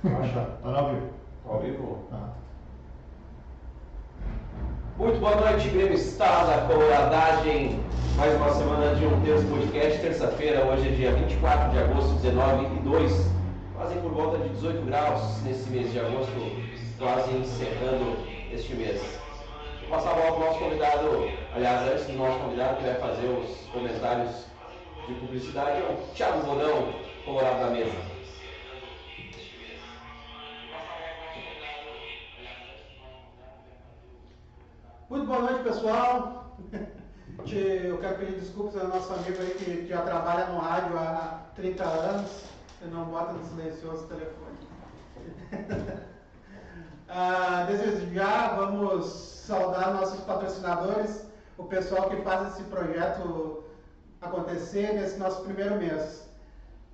Ah, tá. Tá ao vivo. Ao vivo? Tá. Muito boa noite, Grêmio Estada, Coloradagem. Mais uma semana de um Deus Podcast, terça-feira, hoje é dia 24 de agosto, 19 e 2. Quase por volta de 18 graus nesse mês de agosto, quase encerrando este mês. Vou passar a bola para o nosso convidado, aliás, antes do nosso convidado que vai fazer os comentários de publicidade, é o Thiago Bonão, Colorado da Mesa. Muito boa noite, pessoal. Te- Eu quero pedir desculpas ao nosso amigo aí que já trabalha no rádio há 30 anos e não bota no silencioso o telefone. Ah, desde já vamos saudar nossos patrocinadores, o pessoal que faz esse projeto acontecer nesse nosso primeiro mês.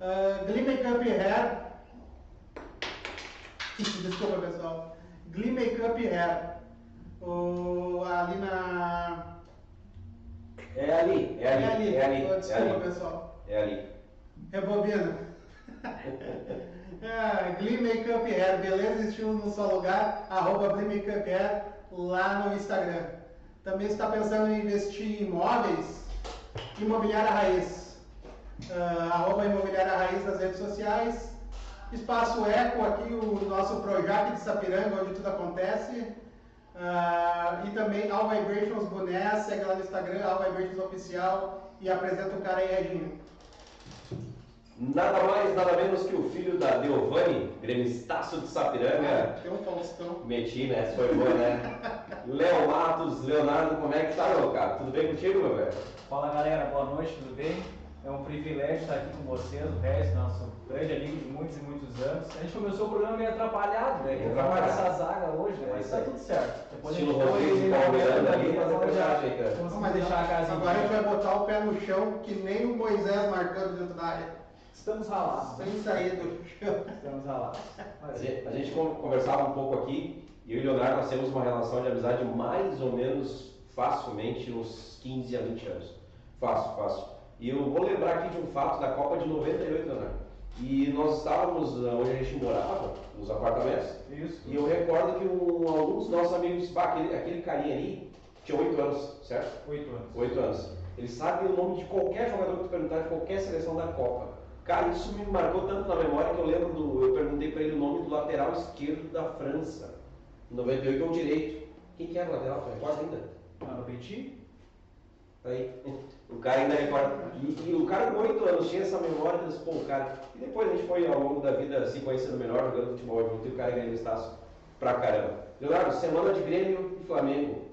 Uh, Camp Hair. Desculpa, pessoal. Glee Makeup Hair. O, ali na. É ali, é ali, é ali, é ali. Oh, Desculpa, pessoal. É ali. Rebobina. é, Glee Makeup Hair, beleza e estilo num só lugar, arroba Glee Makeup Hair lá no Instagram. Também está pensando em investir em imóveis? Imobiliária Raiz. Ah, arroba Imobiliária Raiz nas redes sociais. Espaço Eco, aqui o nosso projeto de Sapiranga, onde tudo acontece. Ah, e também All Vibrations Boné, segue lá no Instagram, All Vibrations Oficial e apresenta o cara aí, Edinho. Nada mais, nada menos que o filho da Deovani, gremistaço de É. Sapiranga. Tem um Faustão. Meti, né? Essa Foi boa, né? Léo Matos, Leonardo, como é que tá, meu cara? Tudo bem contigo, meu velho? Fala galera, boa noite, tudo bem? É um privilégio estar aqui com vocês, o Regis, nosso grande amigo de muitos e muitos anos. A gente começou o programa meio atrapalhado, né? Meio Que atrapalhou atrapalhado. essa zaga hoje, né? Mas Isso tá aí. tudo certo. Depois Estilo a gente Rodrigo foi- de é Palmeiranda ali, Vamos fazer já- fechagem, cara. tá vamos Mas deixar a casa em agora a gente dia. vai botar o pé no chão, que nem o Moisés marcando dentro da área. Estamos ralados. né? Sem sair do chão. Estamos ralados. A Mas- gente, a gente con- conversava um pouco aqui e eu e o Leonardo nós temos uma relação de amizade mais ou menos facilmente uns 15 a 20 anos. Fácil, fácil. E eu vou lembrar aqui de um fato da Copa de 98, Leonardo. E nós estávamos, ah, onde a gente morava, nos apartamentos, Isso. E eu recordo que um, alguns dos nossos amigos, bah, aquele, aquele carinha ali, tinha 8 anos, certo? Oito anos. 8 anos. Ele sabe o nome de qualquer jogador que tu perguntar, de qualquer seleção da Copa. Cara, isso me marcou tanto na memória que eu lembro do. Eu perguntei pra ele o nome do lateral esquerdo da França. Em 98 é o direito. Quem que era o lateral? Foi quase ainda. Ah, no Petit? Tá aí. O cara ainda recorda. E, e o cara com 8 anos tinha essa memória desse, pô, o cara. E depois a gente foi ao longo da vida se conhecendo melhor, jogando futebol junto e o cara ganhou estaço pra caramba. Leonardo, semana de Grêmio e Flamengo.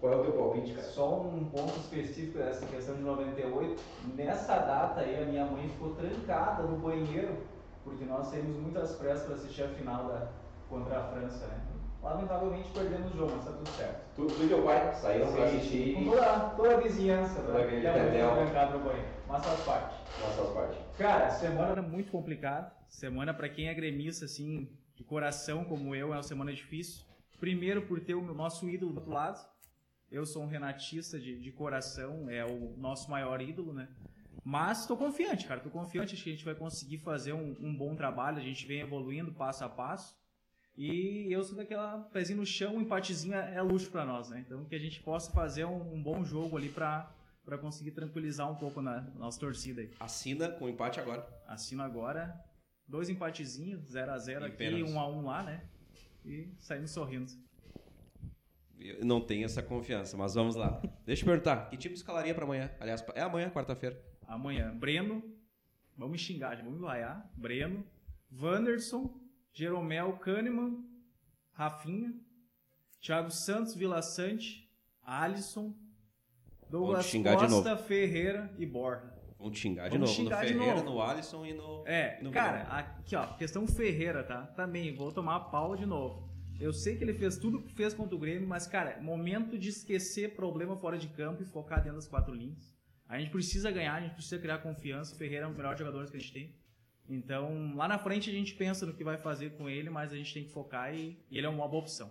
Qual é o teu palpite, cara? Só um ponto específico dessa questão de 98. Nessa data aí, a minha mãe ficou trancada no banheiro, porque nós temos muitas pressas para assistir a final da, contra a França, né? Lamentavelmente perdemos o jogo, mas tá tudo certo. Tu, tu e teu pai saíram pra assistir Com e toda, toda a vizinhança, Toda né? aquele Minha mãe pedel. ficou trancada no banheiro, mas faz parte. nossas partes. Cara, semana era muito complicada. Semana pra quem é gremista, assim, de coração como eu, é uma semana difícil. Primeiro por ter o nosso ídolo do outro lado. Eu sou um renatista de, de coração, é o nosso maior ídolo, né? Mas tô confiante, cara. Tô confiante acho que a gente vai conseguir fazer um, um bom trabalho. A gente vem evoluindo passo a passo. E eu sou daquela pezinho no chão, um empatezinho é é luxo pra nós, né? Então que a gente possa fazer um, um bom jogo ali pra para conseguir tranquilizar um pouco na nossa torcida aí. Assina com empate agora. Assino agora. Dois empatezinhos, 0x0 E aqui, pênaltis. 1x1 lá, né? E saímos sorrindo. Eu não tenho essa confiança, mas vamos lá. Deixa eu perguntar, que time escalaria pra amanhã? Aliás, é amanhã, quarta-feira. Amanhã, Breno. Vamos me xingar, já vamos me vaiar. Breno. Wanderson. Jeromel Kahneman. Rafinha. Thiago Santos, Vila Sante. Alisson. Douglas xingar de Costa, Ferreira e Borja. Vão te xingar de Vamos novo. xingar no de Ferreira, novo. no Alisson e no. É, No cara, aqui ó, questão Ferreira, tá? Também, vou tomar pau de novo. Eu sei que ele fez tudo que fez contra o Grêmio, mas, cara, momento de esquecer problema fora de campo e focar dentro das quatro linhas. A gente precisa ganhar, a gente precisa criar confiança. O Ferreira é um dos melhores jogadores que a gente tem. Então, lá na frente a gente pensa no que vai fazer com ele, mas a gente tem que focar e ele é uma boa opção.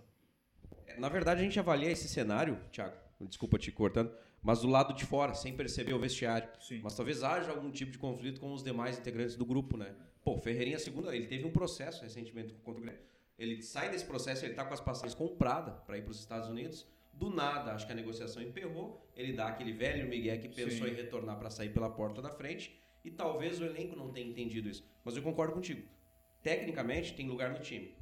Na verdade, a gente avalia esse cenário, Thiago. Desculpa te cortando, mas do lado de fora, sem perceber o vestiário. Sim. Mas talvez haja algum tipo de conflito com os demais integrantes do grupo, né? Pô, Ferreirinha, segunda, ele teve um processo recentemente contra o Grêmio. Ele sai desse processo, ele tá com as passagens compradas para ir para os Estados Unidos. Do nada, acho que a negociação emperrou. Ele dá aquele velho Miguel que pensou Sim. em retornar para sair pela porta da frente. E talvez o elenco não tenha entendido isso. Mas eu concordo contigo. Tecnicamente, tem lugar no time.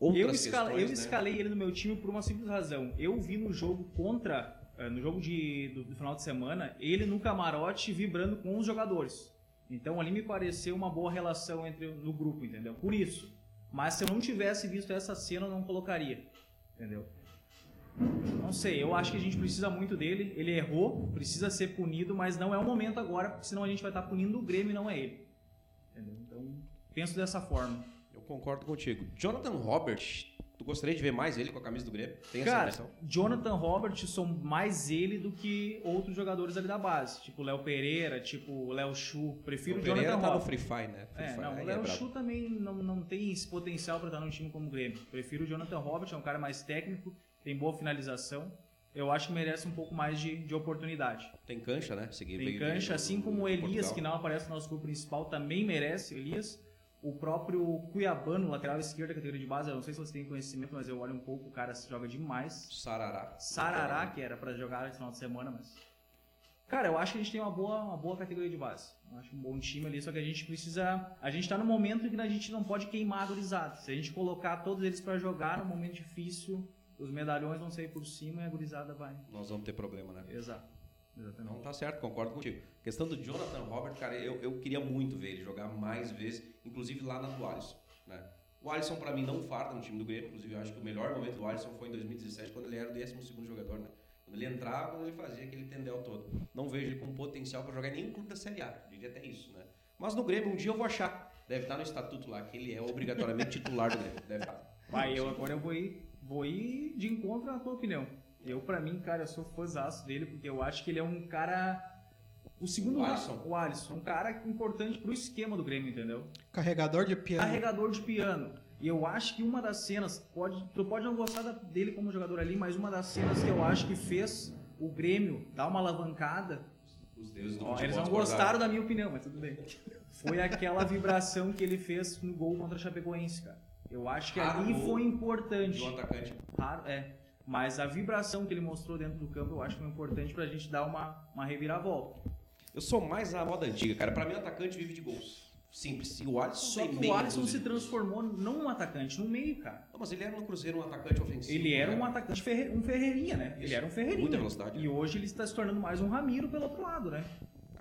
Eu, Outras escala- eu questões, né? escalei ele no meu time por uma simples razão. Eu vi no jogo contra. eh, No jogo de, do, do final de semana, ele no camarote vibrando com os jogadores. Então ali me pareceu uma boa relação entre no grupo, entendeu? Por isso. Mas se eu não tivesse visto essa cena, eu não colocaria. Entendeu? Não sei, eu acho que a gente precisa muito dele. Ele errou, precisa ser punido, mas não é o momento agora, porque senão a gente vai estar punindo o Grêmio e não é ele. Entendeu? Então, penso dessa forma. Eu concordo contigo. Jonathan Robert, tu gostaria de ver mais ele com a camisa do Grêmio? Tem Cara, essa impressão? Jonathan Robert são mais ele do que outros jogadores ali da base. Tipo Léo Pereira, tipo Léo Chu. Prefiro O o Pereira Jonathan tá no Robert. Free Fire, né? Free É, Fire, não, aí o é Léo brabo. Chu também não, não tem esse potencial pra estar num time como o Grêmio. Prefiro o Jonathan Robert, é um cara mais técnico, tem boa finalização. Eu acho que merece um pouco mais de, de oportunidade. Tem cancha, né? Seguir Tem cancha, assim como o Elias, que não aparece no nosso grupo principal, também merece. Elias, o próprio Cuiabano, lateral esquerdo da categoria de base, eu não sei se vocês têm conhecimento, mas eu olho um pouco, o cara joga demais. Sarará. Sarará, que era pra jogar esse final de semana, mas. Cara, eu acho que a gente tem uma boa, uma boa categoria de base. Eu acho um bom time ali, só que a gente precisa. A gente tá no momento em que a gente não pode queimar a gurizada. Se a gente colocar todos eles pra jogar num momento difícil, os medalhões vão sair por cima e a gurizada vai. Nós vamos ter problema, né? Exato. Exatamente. Não tá certo, concordo contigo. Questão do Jonathan Robert, cara, eu, eu queria muito ver ele jogar mais vezes, inclusive lá na do Alisson, né? O Alisson, pra mim, não farta no time do Grêmio. Inclusive, eu acho que o melhor momento do Alisson foi em 2017, quando ele era o 12 jogador, né? Quando ele entrava, quando ele fazia aquele tendel todo. Não vejo ele com potencial pra jogar em nenhum clube da Série A, diria até isso, né? Mas no Grêmio, um dia eu vou achar. Deve estar no estatuto lá, que ele é obrigatoriamente titular do Grêmio. Deve tá. estar. Vai, eu agora eu vou ir, vou ir de encontro à tua opinião. Eu, pra mim, cara, eu sou fãzaço dele, porque eu acho que ele é um cara. O segundo O cara- Alisson. O Alisson. Um cara importante pro esquema do Grêmio, entendeu? Carregador de piano. Carregador de piano. E eu acho que uma das cenas, pode, tu pode não gostar da- dele como jogador ali, mas uma das cenas que eu acho que fez o Grêmio dar uma alavancada. Os deuses do Ó, futebol eles não discordaram. gostaram da minha opinião, mas tudo bem. Foi aquela vibração que ele fez no gol contra a Chapecoense, cara. Eu acho que Raro ali gol foi importante. do atacante. Raro, é. Mas a vibração que ele mostrou dentro do campo eu acho que foi importante pra gente dar uma, uma reviravolta. Eu sou mais na moda antiga, cara. Pra mim, atacante vive de gols. Simples. E o Alisson Só tem que meio, o Alisson se inclusive. transformou não num atacante, num meio, cara. Não, mas ele era no Cruzeiro um atacante ofensivo. Ele era né? um atacante, ferre- um ferreirinha, né? Ele Isso. era um ferreirinha. Muita velocidade, E né? hoje ele está se tornando mais um Ramiro pelo outro lado, né?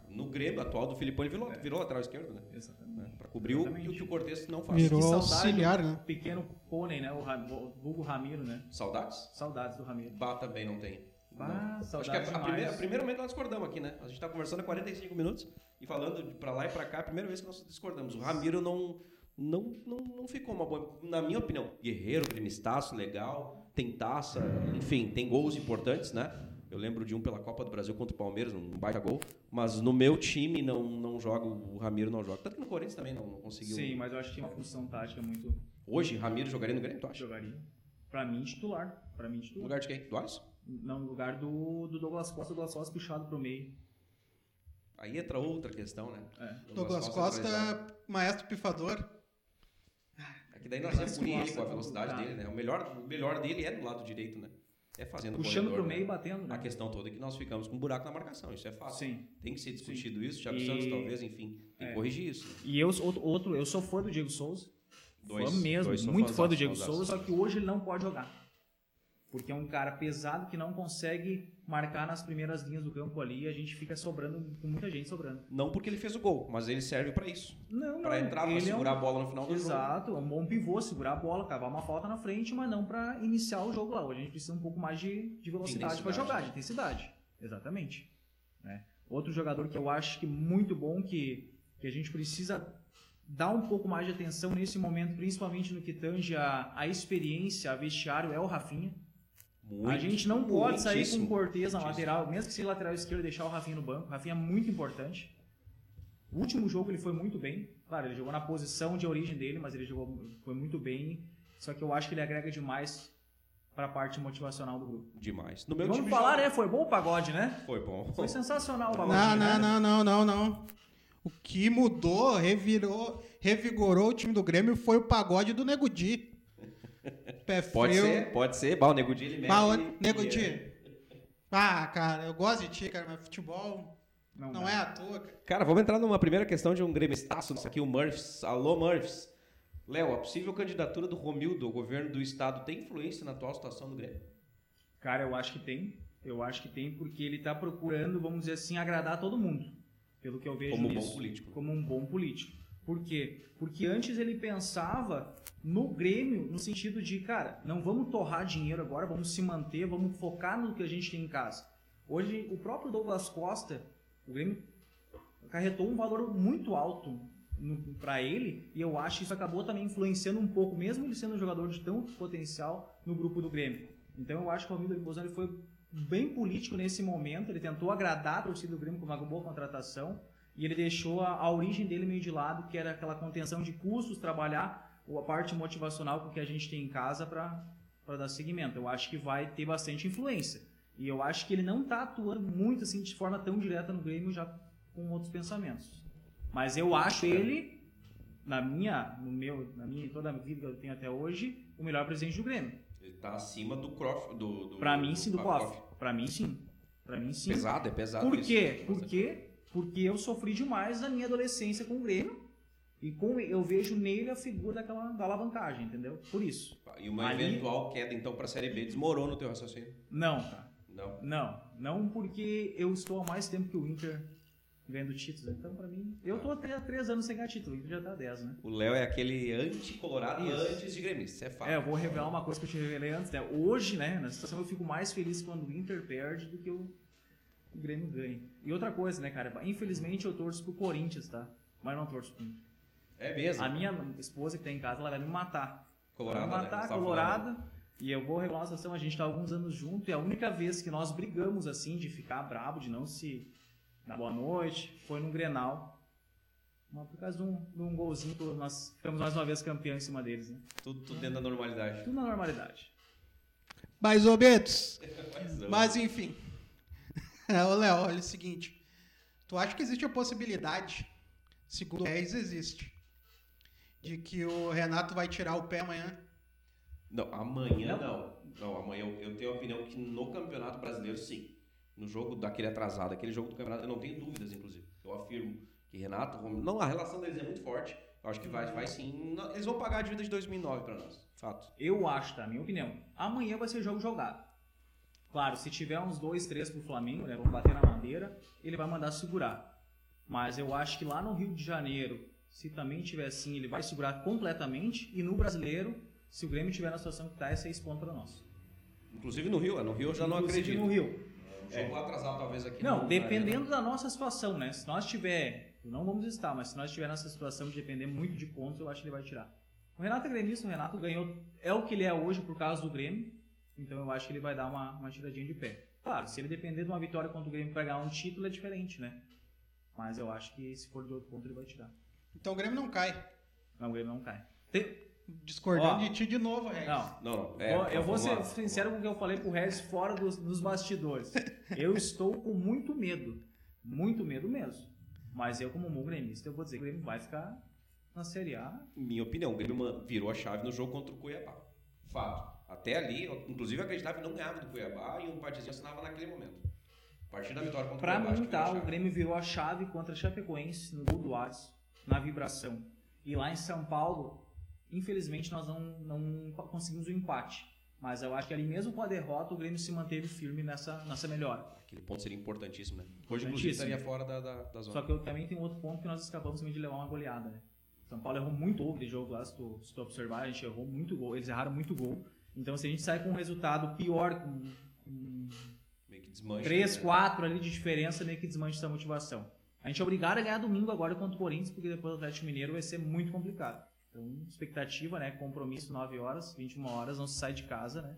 No Grêmio atual do Filipão, ele virou, virou lateral esquerdo, né? Exatamente. Pra cobrir o É. Exatamente. o que o Cortes não faz. Virou Que saudade. auxiliar, né? Pequeno pônei, né? O, Ram... o vulgo Ramiro, né? Saudades? Saudades do Ramiro. Bah, também não tem. Ah, Não. Acho saudades que é a, a demais. primeira, a primeiro momento nós discordamos aqui, né? A gente tá conversando há 45 minutos e falando de pra lá e pra cá, é a primeira vez que nós discordamos. O Ramiro não, não, não, não ficou uma boa. Na minha opinião, guerreiro, grimistaço, legal, tem taça, enfim, tem gols importantes, né? Eu lembro de um pela Copa do Brasil contra o Palmeiras, um baita gol. Mas no meu time não, não joga, o Ramiro não joga. Tanto que no Corinthians também não, não conseguiu. Sim, mas eu acho que tinha uma função tática muito Hoje, Ramiro jogaria no Grêmio, tu acha? jogaria. Pra mim, titular. Pra mim, No titular. lugar de quem? Do Alisson? Não, no lugar do, do Douglas Costa, o Douglas Costa puxado pro meio. Aí entra outra questão, né? É. Douglas atrás da- Costa, maestro pifador. É que daí nós ia Mas punir ele Costa com a tá velocidade complicado. dele, né? O melhor, o melhor dele é do lado direito, né? É fazendo o Puxando corredor, pro meio e né? batendo, né? A questão toda é que nós ficamos com um buraco na marcação, isso é fácil. Sim. Tem que ser discutido isso, Thiago E- Santos talvez, enfim, tem que É. corrigir isso. né? E eu, outro- outro, eu sou fã do Diego Souza. Dois- fã mesmo, dois são muito fãs, fã do fãs, Diego fãs. Souza, só que hoje ele não pode jogar. Porque é um cara pesado que não consegue marcar nas primeiras linhas do campo ali e a gente fica sobrando, com muita gente sobrando. Não porque ele fez o gol, mas ele serve pra isso. Não, Pra não, entrar, pra ele é um- segurar a bola no final do jogo. Exato, é um bom pivô, segurar a bola, cavar uma falta na frente, mas não pra iniciar o jogo lá. Hoje a gente precisa um pouco mais de, de velocidade pra Intensidade. jogar, de intensidade. Exatamente. né? Outro jogador que eu acho que muito bom, que, que a gente precisa dar um pouco mais de atenção nesse momento, principalmente no que tange a, a experiência, a vestiário, é o Rafinha. Muito, a gente não pode sair com muitíssimo. o Cortez na muitíssimo. lateral, mesmo que seja lateral esquerdo, deixar o Rafinha no banco. O Rafinha é muito importante. O último jogo ele foi muito bem. Claro, ele jogou na posição de origem dele, mas ele jogou foi muito bem. Só que eu acho que ele agrega demais pra parte motivacional do grupo. Demais. No meu Vamos time falar, joga- né? Foi bom o pagode, né? Foi bom. Foi sensacional o pagode. Não, né? não, não, não, não, não. O que mudou, revirou, revigorou o time do Grêmio foi o pagode do Nego Di. Pé Pode frio. ser, pode ser. Bah, o Nego Di, ele mexe. Bah, ô, e- Nego é. e- Di. Ah, cara, eu gosto de ti, cara, mas futebol Não, não é à toa, cara. Cara, vamos entrar numa primeira questão de um gremistaço Isso aqui o Murphys. Alô, Murphys. Léo, a possível candidatura do Romildo ao governo do estado tem influência na atual situação do Grêmio? Cara, eu acho que tem. Eu acho que tem porque ele tá procurando, vamos dizer assim, agradar todo mundo. Pelo que eu vejo Como nisso. bom político. Como um bom político. Por quê? Porque antes ele pensava no Grêmio no sentido de, cara, não vamos torrar dinheiro agora, vamos se manter, vamos focar no que a gente tem em casa. Hoje, o próprio Douglas Costa, o Grêmio acarretou um valor muito alto para ele e eu acho que isso acabou também influenciando um pouco, mesmo ele sendo um jogador de tanto potencial, no grupo do Grêmio. Então eu acho que o Romildo Bolzano foi bem político nesse momento, ele tentou agradar a torcida do Grêmio com uma boa contratação e ele deixou a, a origem dele meio de lado, que era aquela contenção de custos, trabalhar ou a parte motivacional com o que a gente tem em casa para dar seguimento. Eu acho que vai ter bastante influência. E eu acho que ele não está atuando muito assim de forma tão direta no Grêmio já com outros pensamentos. Mas eu acho ele na minha, no meu, na minha em toda a vida que eu tenho até hoje, o melhor presidente do Grêmio. Ele tá acima do Croft. Do, do, Pra mim, sim, do Croft. Koff. Pra mim, sim. Pra mim, sim. Pesado, é pesado. Por isso. quê? Por quê? Porque eu sofri demais na minha adolescência com o Grêmio. E com, eu vejo nele a figura daquela, da alavancagem, entendeu? Por isso. E uma Ali- eventual queda, então, pra Série B desmorou no teu raciocínio? Não, cara. Não. Não. Não porque eu estou há mais tempo que o Inter ganhando títulos. Então, pra mim. Eu tô até há três anos sem ganhar título. O Inter já tá há 10, né? O Léo é aquele anti-colorado Isso. antes de gremista, isso é fato. É, eu vou revelar uma coisa que eu te revelei antes, né? Hoje, né, na situação eu fico mais feliz quando o Inter perde do que o o Grêmio ganha. E outra coisa, né, cara? Infelizmente eu torço pro Corinthians, tá? Mas não torço pro Inter. É mesmo. A minha esposa que tá em casa, ela vai me matar. Colorado, vai me né? matar, Você tava falando. colorada. E eu vou revelar uma situação, a gente tá há alguns anos junto, e a única vez que nós brigamos assim, de ficar brabo, de não se dar boa noite, foi num Grenal. Uma por causa de um, de um golzinho, nós ficamos mais uma vez campeão em cima deles, né? Tudo, tudo dentro da normalidade. Tudo na normalidade. Mas, ô Betos, Mas, eu- mas enfim. Ô, Léo, olha o seguinte. Tu acha que existe a possibilidade, segundo o Reis, existe, de que o Renato vai tirar o pé amanhã? Não, amanhã Não? não. Não, amanhã eu, eu tenho a opinião que no Campeonato Brasileiro, sim. No jogo daquele atrasado, aquele jogo do Campeonato, eu não tenho dúvidas, inclusive. Eu afirmo que Renato, Romero- não, a relação deles é muito forte. Eu acho que vai, vai sim. Não, Eles vão pagar a dívida de 2009 pra nós. Fato. Eu acho, tá? Minha opinião. Amanhã vai ser jogo jogado. Claro, se tiver uns dois, três pro Flamengo, né? Vão bater na madeira, ele vai mandar segurar. Mas eu acho que lá no Rio de Janeiro, se também tiver assim, ele vai segurar completamente. E no brasileiro, se o Grêmio tiver na situação que tá, é seis pontos pra nós. Inclusive no Rio, é, no Rio eu já não Inclusive acredito. no Rio. É. O jogo atrasado talvez aqui. Não, no- dependendo da nossa situação, né? Se nós tiver, não vamos estar, mas se nós tiver nessa situação de depender muito de pontos, eu acho que ele vai tirar. O Renato é gremista, o Renato ganhou, é o que ele é hoje por causa do Grêmio, então eu acho que ele vai dar uma, uma tiradinha de pé. Claro, se ele depender de uma vitória contra o Grêmio para ganhar um título é diferente, né? Mas eu acho que se for de outro ponto ele vai tirar. Então o Grêmio não cai. Não, o Grêmio não cai. Tem- Discordando Ó. de ti de novo, Reis. não, Não, não. Ó, É, eu vou vamos ser lá. sincero com o que eu falei pro Regis fora dos, dos bastidores. Eu estou com muito medo. Muito medo mesmo. Mas eu, como bom gremista, eu vou dizer que o Grêmio vai ficar na Série A. Minha opinião, o Grêmio man- virou a chave no jogo contra o Cuiabá. Fato. Até ali, eu, inclusive eu acreditava que não ganhava do Cuiabá e um empatezinho assinava naquele momento. A partir da vitória contra Pra o Cuiabá, acho mim, que virou a tá, o chave. Grêmio virou a chave contra a Chapecoense no gol do Alisson, na vibração. E lá em São Paulo, infelizmente, nós não, não conseguimos o empate. Mas eu acho que ali mesmo com a derrota, o Grêmio se manteve firme nessa, nessa melhora. Aquele ponto seria importantíssimo, né? Hoje, inclusive, estaria fora da, da, da Só zona. que eu também tem outro ponto que nós escapamos também de levar uma goleada, né? São Paulo errou muito gol de jogo lá, se tu, se tu observar, a gente errou muito gol, eles erraram muito gol. Então se a gente sai com um resultado pior, com, com Meio que desmancha. 3, né? 4 ali de diferença, meio que desmancha essa motivação. A gente é obrigado a ganhar domingo agora contra o Corinthians, porque depois do Atlético Mineiro vai ser muito complicado. Então, expectativa, né? Compromisso 9 horas, 21 horas, não se sai de casa, né?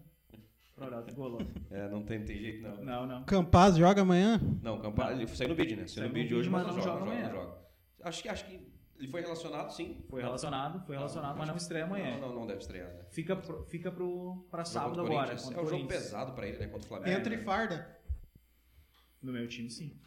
Pra olhar o golou. É, não tem, tem jeito, não. Não, não. Campaz joga amanhã? Não, o Campari, ele saiu no bid, né? Saiu Saiu no no bid bid, hoje, mas mas não não joga, não joga joga, não joga. Acho que, acho que ele foi relacionado, sim. Foi relacionado, foi relacionado, mas não estreia amanhã. Não, não, não deve estrear, né? Fica, pro, fica pro, pra Jogo sábado contra o agora. Corinthians. É contra o um jogo Corinthians. pesado pra ele, né? Contra o Flamengo. Entra e né? farda. No meu time, sim.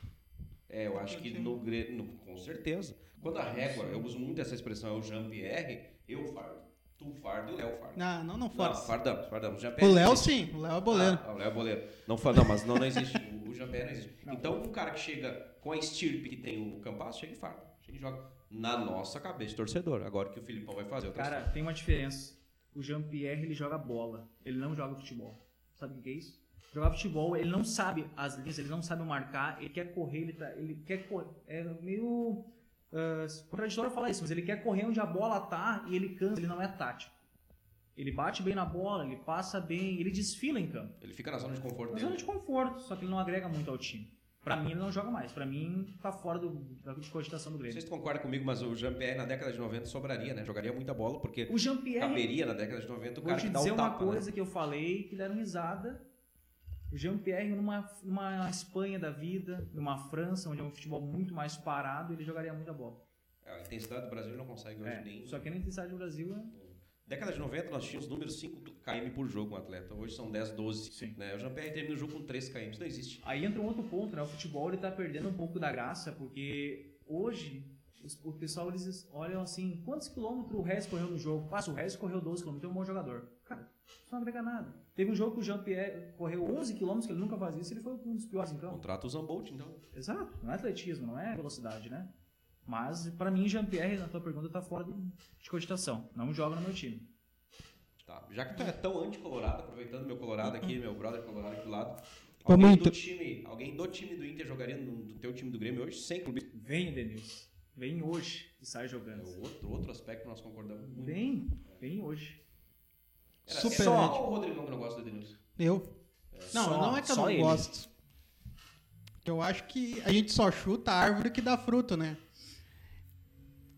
É, eu acho que no Grêmio. Com certeza. Quando a régua, eu uso muito essa expressão, é o Jean-Pierre, eu fardo. Tu fardo, o Léo fardo. Não, não, não Não, força. fardamos, fardamos. o Jean-Pierre Léo existe. sim, o Léo é boleiro. Ah, o Léo Boleiro. Não, fa- não mas não, não existe. O, o Jean-Pierre não existe. Não. Então, um cara que chega com a estirpe que tem o Campasso, chega e farda. Chega e joga na nossa cabeça de torcedor. Agora que o Filipão vai fazer. assim, outra Cara, tem uma diferença. O Jean-Pierre, ele joga bola. Ele não joga futebol. Sabe o que é isso? Jogar futebol, ele não sabe as linhas, ele não sabe marcar, ele quer correr, ele, tá, ele quer correr. É meio ah, contraditório falar isso, mas ele quer correr onde a bola tá e ele cansa, ele não é tático. Ele bate bem na bola, ele passa bem, ele desfila em campo. Ele fica na zona de conforto Uma dele. zona de conforto, só que ele não agrega muito ao time. Pra mim, ele não joga mais. Pra mim, tá fora do, da cogitação do Não sei Grêmio. se tu concorda comigo, mas o Jean-Pierre na década de 90 sobraria, né? Jogaria muita bola, porque O Jean-Pierre, caberia na década de 90 o Vou cara te que dá dizer o uma tapa, né? coisa que eu falei, que deram risada. O Jean-Pierre, numa, numa Espanha da vida, numa França, onde é um futebol muito mais parado, ele jogaria muita bola. É, A intensidade do Brasil não consegue hoje É, nem... Só que na intensidade do Brasil é. Década de 90 nós tínhamos números 5 km por jogo um atleta. Hoje são 10, 12. Sim. Né? O Jean-Pierre termina o jogo com 3 km. Isso não existe. Aí entra um outro ponto, né? O futebol ele tá perdendo um pouco da graça, porque hoje os- o pessoal eles olham assim, quantos quilômetros o Rez correu no jogo? Passa, o Rez correu 12 quilômetros, é um bom jogador. Cara, isso não agrega nada. Teve um jogo que o Jean-Pierre correu 11 quilômetros, que ele nunca fazia isso, ele foi um dos piores em campo. Contrata o Zambolt, então. Exato, não é atletismo, não é velocidade, né? Mas, pra mim, Jean-Pierre, na tua pergunta, tá fora do- de cogitação. Não joga no meu time. Tá. Já que tu é tão anti-colorado, aproveitando meu colorado aqui, meu brother colorado aqui do lado. Vamos, Alguém do, Inter. time, alguém do time do Inter jogaria no no teu time do Grêmio hoje sem clube? Vem, Denilson. Vem hoje e sai É jogando. outro, outro aspecto que nós concordamos muito. Vem, vem hoje. Era Super só Ed. o Rodrigão que não gosta do Edenilson. Eu? Não, Só- não é que eu só não ele. gosto. Eu acho que a gente só chuta a árvore que dá fruto, né?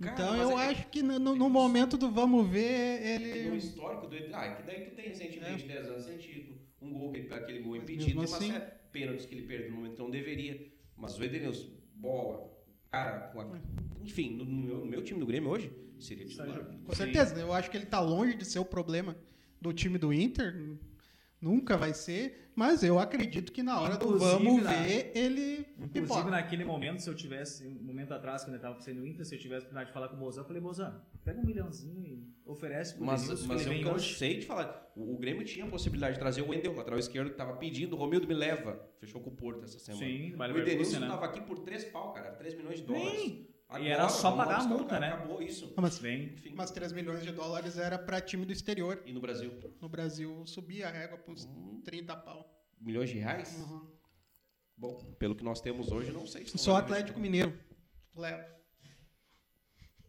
Cara, então mas eu é- acho que no, no- no momento do vamos ver, é, Ele tem um ele. histórico do Edenilson. Ah, é que daí tu tem recentemente 10 anos sem título, um gol, que- aquele gol Mas impedido, mesmo tem assim- uma série de pênaltis que ele perdeu no momento que não deveria. Mas o Edenilson, bola, cara, com É. a- enfim, no, no meu, no meu time do Grêmio hoje, seria Sai titular. jogando. Com certeza, eu acho que ele tá longe de ser o problema do time do Inter. Nunca vai ser, mas eu acredito que na hora do Inclusive, vamos na- ver, ele Inclusive, pipoca. naquele momento, se eu tivesse, um momento atrás, quando eu tava sendo Inter, se eu tivesse a oportunidade de falar com o Bozan, eu falei, Bozan, pega um milhãozinho e oferece pro Mas, Denilson, mas que eu ele vem hoje. cansei de falar. O, o Grêmio tinha a possibilidade de trazer o Wendel, lateral esquerdo, que estava pedindo. O Romildo me leva. Fechou com o Porto essa semana. Sim, vale o Edenilson né? estava aqui por 3 pau, cara. 3 milhões de dólares. Vem! E era só vamos lá pagar a buscar o multa, cara. né? Acabou isso. Ah, Mas, Vem. Enfim. mas 3 milhões de dólares era pra time do exterior. E no Brasil? No Brasil, subia a régua pra uns Hum. 30 pau. Milhões de reais? Uhum. Bom, pelo que nós temos hoje, não sei. se Só o não vai Atlético mesmo. Mineiro leva.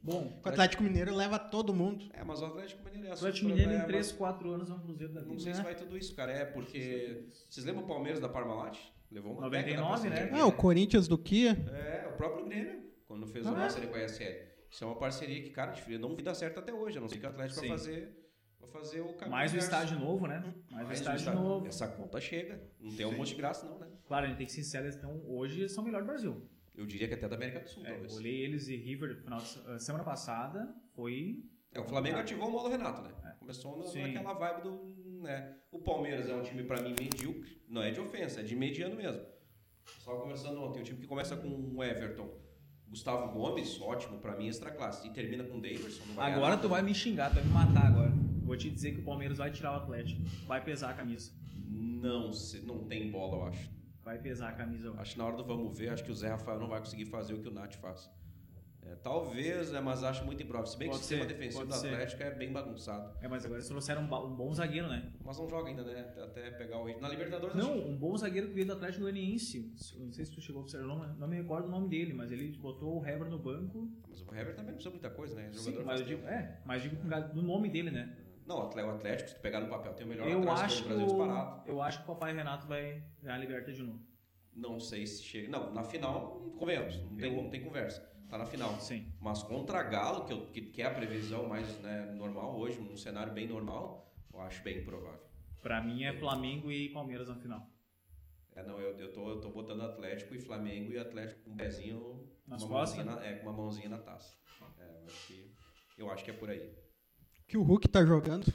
Bom, O Atlético Mineiro leva todo mundo. É, mas o Atlético Mineiro é o assunto Atlético pra- Mineiro é, em mas 3, 4 anos é um Cruzeiro da Não vida. sei se vai tudo isso, cara. É porque... Vocês lembram o Palmeiras da Parmalat? Levou uma 99, década pra se né? Ah, o Corinthians do Kia. É, o próprio Grêmio, quando fez Ah, a é? parceria com a ESL. Isso é uma parceria que, cara, eu não vi dar certo até hoje. A não ser que o Atlético vai Sim. fazer, vai fazer o caminho. Mais um inverso. estádio novo, né? Mais um Mais um estádio estádio. novo. Essa conta chega. Não tem almoço de graça, não, né? Claro, a gente tem que ser sincero, eles estão, hoje são o melhor do Brasil. Eu diria que até da América do Sul, É, talvez. olhei eles e River no final de, se- ah, semana passada, foi. É, o Flamengo ativou o modo Renato, né? Começou na, É. Sim. naquela vibe do. Né? O Palmeiras é um time, pra mim, medíocre. Não é de ofensa, é de mediano mesmo. Só conversando ontem, o time que começa com o Everton. Gustavo Gomes, ótimo, pra mim, extra classe. E termina com o Davidson. não ganhar Agora nada. tu vai me xingar, tu vai me matar agora. Vou te dizer que o Palmeiras vai tirar o Atlético. Vai pesar a camisa. Não, se- não tem bola, eu acho. Vai pesar a camisa. Acho que na hora do vamos ver, acho que o Zé Rafael não vai conseguir fazer o que o Nath faz. É, talvez, né, mas acho muito improvável. Se bem que o Pode sistema ser, defensivo pode do ser. Atlético é bem bagunçado. É, mas agora eles trouxeram um, ba- um bom zagueiro, né? Mas não joga ainda, né? Até pegar o ritmo. Na Libertadores, Não, acho um bom zagueiro que veio do Atlético Goianiense. Não sei se tu chegou a observar, eu não, não me recordo o nome dele, mas ele botou o Heber no banco. que- Mas o Hever também não precisa muita coisa, né? Jogador Sim, faz mas eu digo, tempo. é, mas digo com- do nome dele, né? Não, o Atlético, o Atlético, se tu pegar no papel, tem o melhor Eu lateral acho, esquerdo do Brasil disparado. eu acho que o papai Renato vai ganhar a Liberta de novo. Não sei se chega. Não, na final, convenhamos. Não tem, Eu- não tem conversa. Tá na final. Sim. Mas contra Galo, que, eu- que, que é a previsão mais né, normal hoje, um cenário bem normal, eu acho bem provável. Pra mim é Flamengo e Palmeiras na final. É, não, eu, eu, tô, eu tô botando Atlético e Flamengo e Atlético com um pezinho. Nas uma mãozinha costas? na, é, com uma mãozinha na taça. É, eu acho que, eu acho que é por aí. Que o Hulk tá jogando.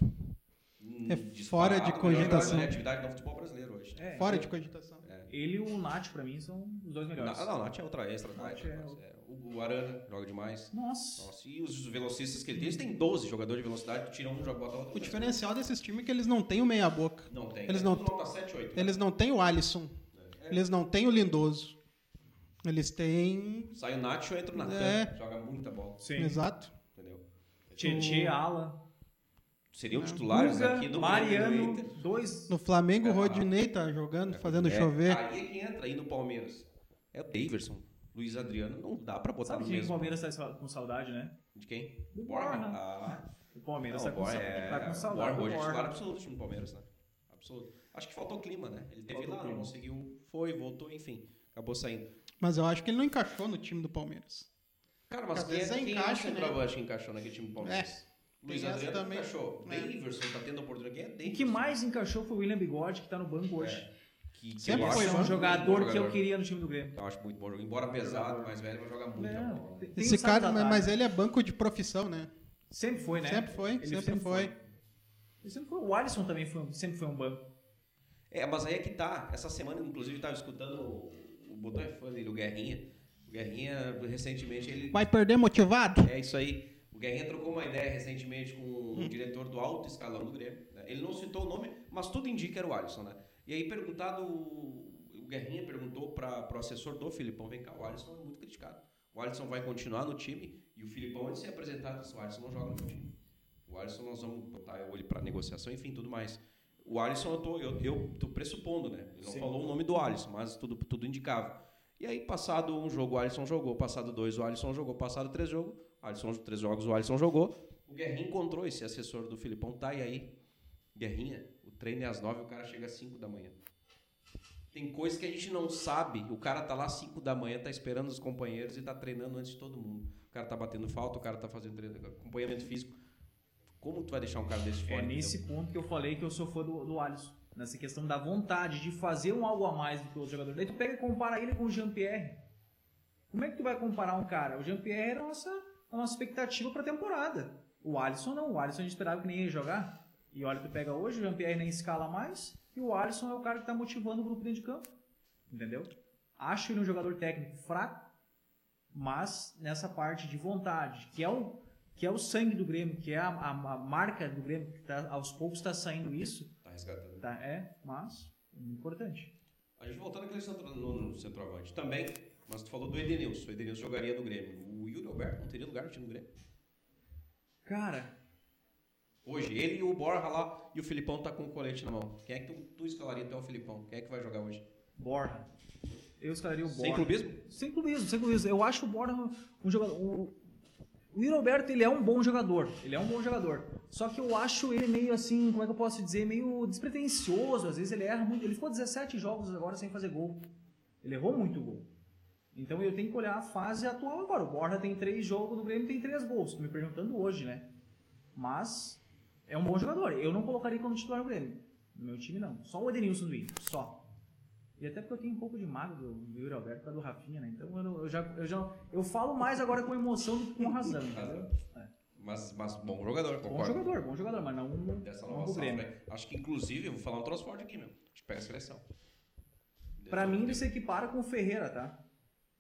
Hum, É disparado, fora de melhor jogador cogitação. de atividade no futebol brasileiro hoje. É, Fora de cogitação. É, Ele e o Nath, pra mim, são os dois Não, melhores. não, o Nath é outra extra. Nath tá? é É, O o Arana joga demais. Nossa. Nossa, e os velocistas que ele tem? Eles têm 12 jogadores de velocidade, tu tira um, joga, bota O outro. diferencial desses times é que eles não têm o meia-boca. Não tem. Eles né? não- Tu Nota 7, 8. Eles não têm o Alisson. Eles não têm o Lindoso. Eles têm. Sai o Nacho, entra o Natan. É. Joga muita bola, Sim. Exato. entendeu? Tietê, Alan. Seriam titulares Musa, aqui do Grêmio, do Mariano, Inter. dois. No Flamengo, o É, Rodinei tá jogando, fazendo É, chover. Aí é que entra aí no Palmeiras. É o Daverson, Luiz Adriano. Não dá pra botar Sabe no quem o mesmo. Palmeiras tá sa- com saudade, né? De quem? Do Borja. Borja. Ah, O Palmeiras não, tá, com, Borja sa- é... tá com saudade. Borja hoje do é Borja. titular absoluto do time do Palmeiras, né? Absoluto. Acho que faltou clima, né? Ele teve Faltou lá, não clima. conseguiu. Foi, voltou, enfim. Acabou saindo. Mas eu acho que ele não encaixou no time do Palmeiras. Cara, mas Às quem, vezes é- é quem é encaixa, o né? É, centroavante que encaixou naquele time do Palmeiras? tem Luiz essa Adriano também. encaixou. É. Daverson tá tendo oportunidade. Quem é E Daverson? que mais encaixou foi o William Bigode, que tá no banco hoje. Que, que Sempre eu acho foi É bom. muito um bom jogador que eu jogador. queria no time do Grêmio. Eu acho muito bom jogo. Embora pesado, mais velho, vai jogar muito. Não, bola. tem- tem Esse um cara, sacanagem. mas ele é banco de profissão, né? Sempre foi, né? Sempre foi, Ele sempre, foi. Ele sempre foi. O Alisson também foi um- sempre foi um banco. É, mas aí é que tá. Essa semana, inclusive, eu tava escutando o, o Botão é fã dele, o Guerrinha. O Guerrinha, recentemente, ele. Vai perder motivado? É isso aí. O Guerrinha trocou uma ideia recentemente com o diretor do alto escalão do Grêmio. né? Ele não citou o nome, mas tudo indica que era o Alisson, né? E aí, perguntado, o Guerrinha perguntou para o assessor do Filipão: vem cá, o Alisson é muito criticado. O Alisson vai continuar no time e o Filipão, antes de ser apresentado, disse: o Alisson não joga no meu time. O Alisson, nós vamos botar ele para negociação, enfim, tudo mais. O Alisson, eu tô, eu, eu tô pressupondo, né? Ele não Sim. falou o nome do Alisson, mas tudo, tudo indicava. E aí, passado um jogo, o Alisson jogou. Passado dois, o Alisson jogou. Passado três jogos, Alisson, três jogos, o Alisson jogou. O Guerrinha encontrou esse assessor do Filipão. Tá, e aí? Guerrinha, o treino é às nove, o cara chega às cinco da manhã. Tem coisa que a gente não sabe. O cara tá lá às cinco da manhã, tá esperando os companheiros e tá treinando antes de todo mundo. O cara tá batendo falta, o cara tá fazendo treino, acompanhamento físico. Como tu vai deixar um cara desse fora? É entendeu? nesse ponto que eu falei que eu sou fã do, do Alisson. Nessa questão da vontade de fazer um algo a mais do que o outro jogador. Daí tu pega e compara ele com o Jean-Pierre. Como é que tu vai comparar um cara? O Jean-Pierre era a nossa, a nossa expectativa pra temporada. O Alisson não. O Alisson a gente esperava que nem ia jogar. E olha, tu pega hoje, o Jean-Pierre nem escala mais. E o Alisson é o cara que tá motivando o grupo dentro de campo. Entendeu? Acho ele um jogador técnico fraco, mas nessa parte de vontade, que é o que é o sangue do Grêmio, que é a, a- a marca do Grêmio, que tá- aos poucos está saindo isso, Tá resgatando. tá? É, mas é muito importante. A gente voltando aquele centro, no, no centroavante também, mas tu falou do Edenilson. O Edenilson jogaria no Grêmio. O Yuri Alberto não teria lugar no time do Grêmio. Cara, Hoje, ele e o Borja lá e o Filipão tá com o colete na mão. Quem é que tu, tu escalaria até o Filipão? Quem é que vai jogar hoje? Borja. Eu escalaria o Borja. Sem clubismo? Sem clubismo, sem clubismo. Eu acho o Borja um jogador. O, o Yuri Alberto, ele é um bom jogador. Ele é um bom jogador. Só que eu acho ele meio assim, como é que eu posso dizer? Meio despretensioso. Às vezes ele erra muito. Ele ficou 17 jogos agora sem fazer gol. Ele errou muito gol. Então eu tenho que olhar a fase atual agora. O Borja tem três jogos, do Grêmio tem três gols. Tô me perguntando hoje, né? Mas é um bom jogador. Eu não colocaria como titular o Grêmio. No meu time, não. Só o Edenilson do Inter. Só. E até porque eu tenho um pouco de mago do do Yuri Alberto para do Rafinha, né? Então eu, não- eu já, eu já eu falo mais agora com emoção do que com razão, entendeu? É. Mas, mas bom jogador, Bom concordo. é jogador, bom jogador, mas não, Dessa não nova do Grêmio. safra. aí. Acho que, inclusive, eu vou falar um troço forte aqui, meu. A gente pega a seleção. Pra mim ele se equipara com o Ferreira, tá?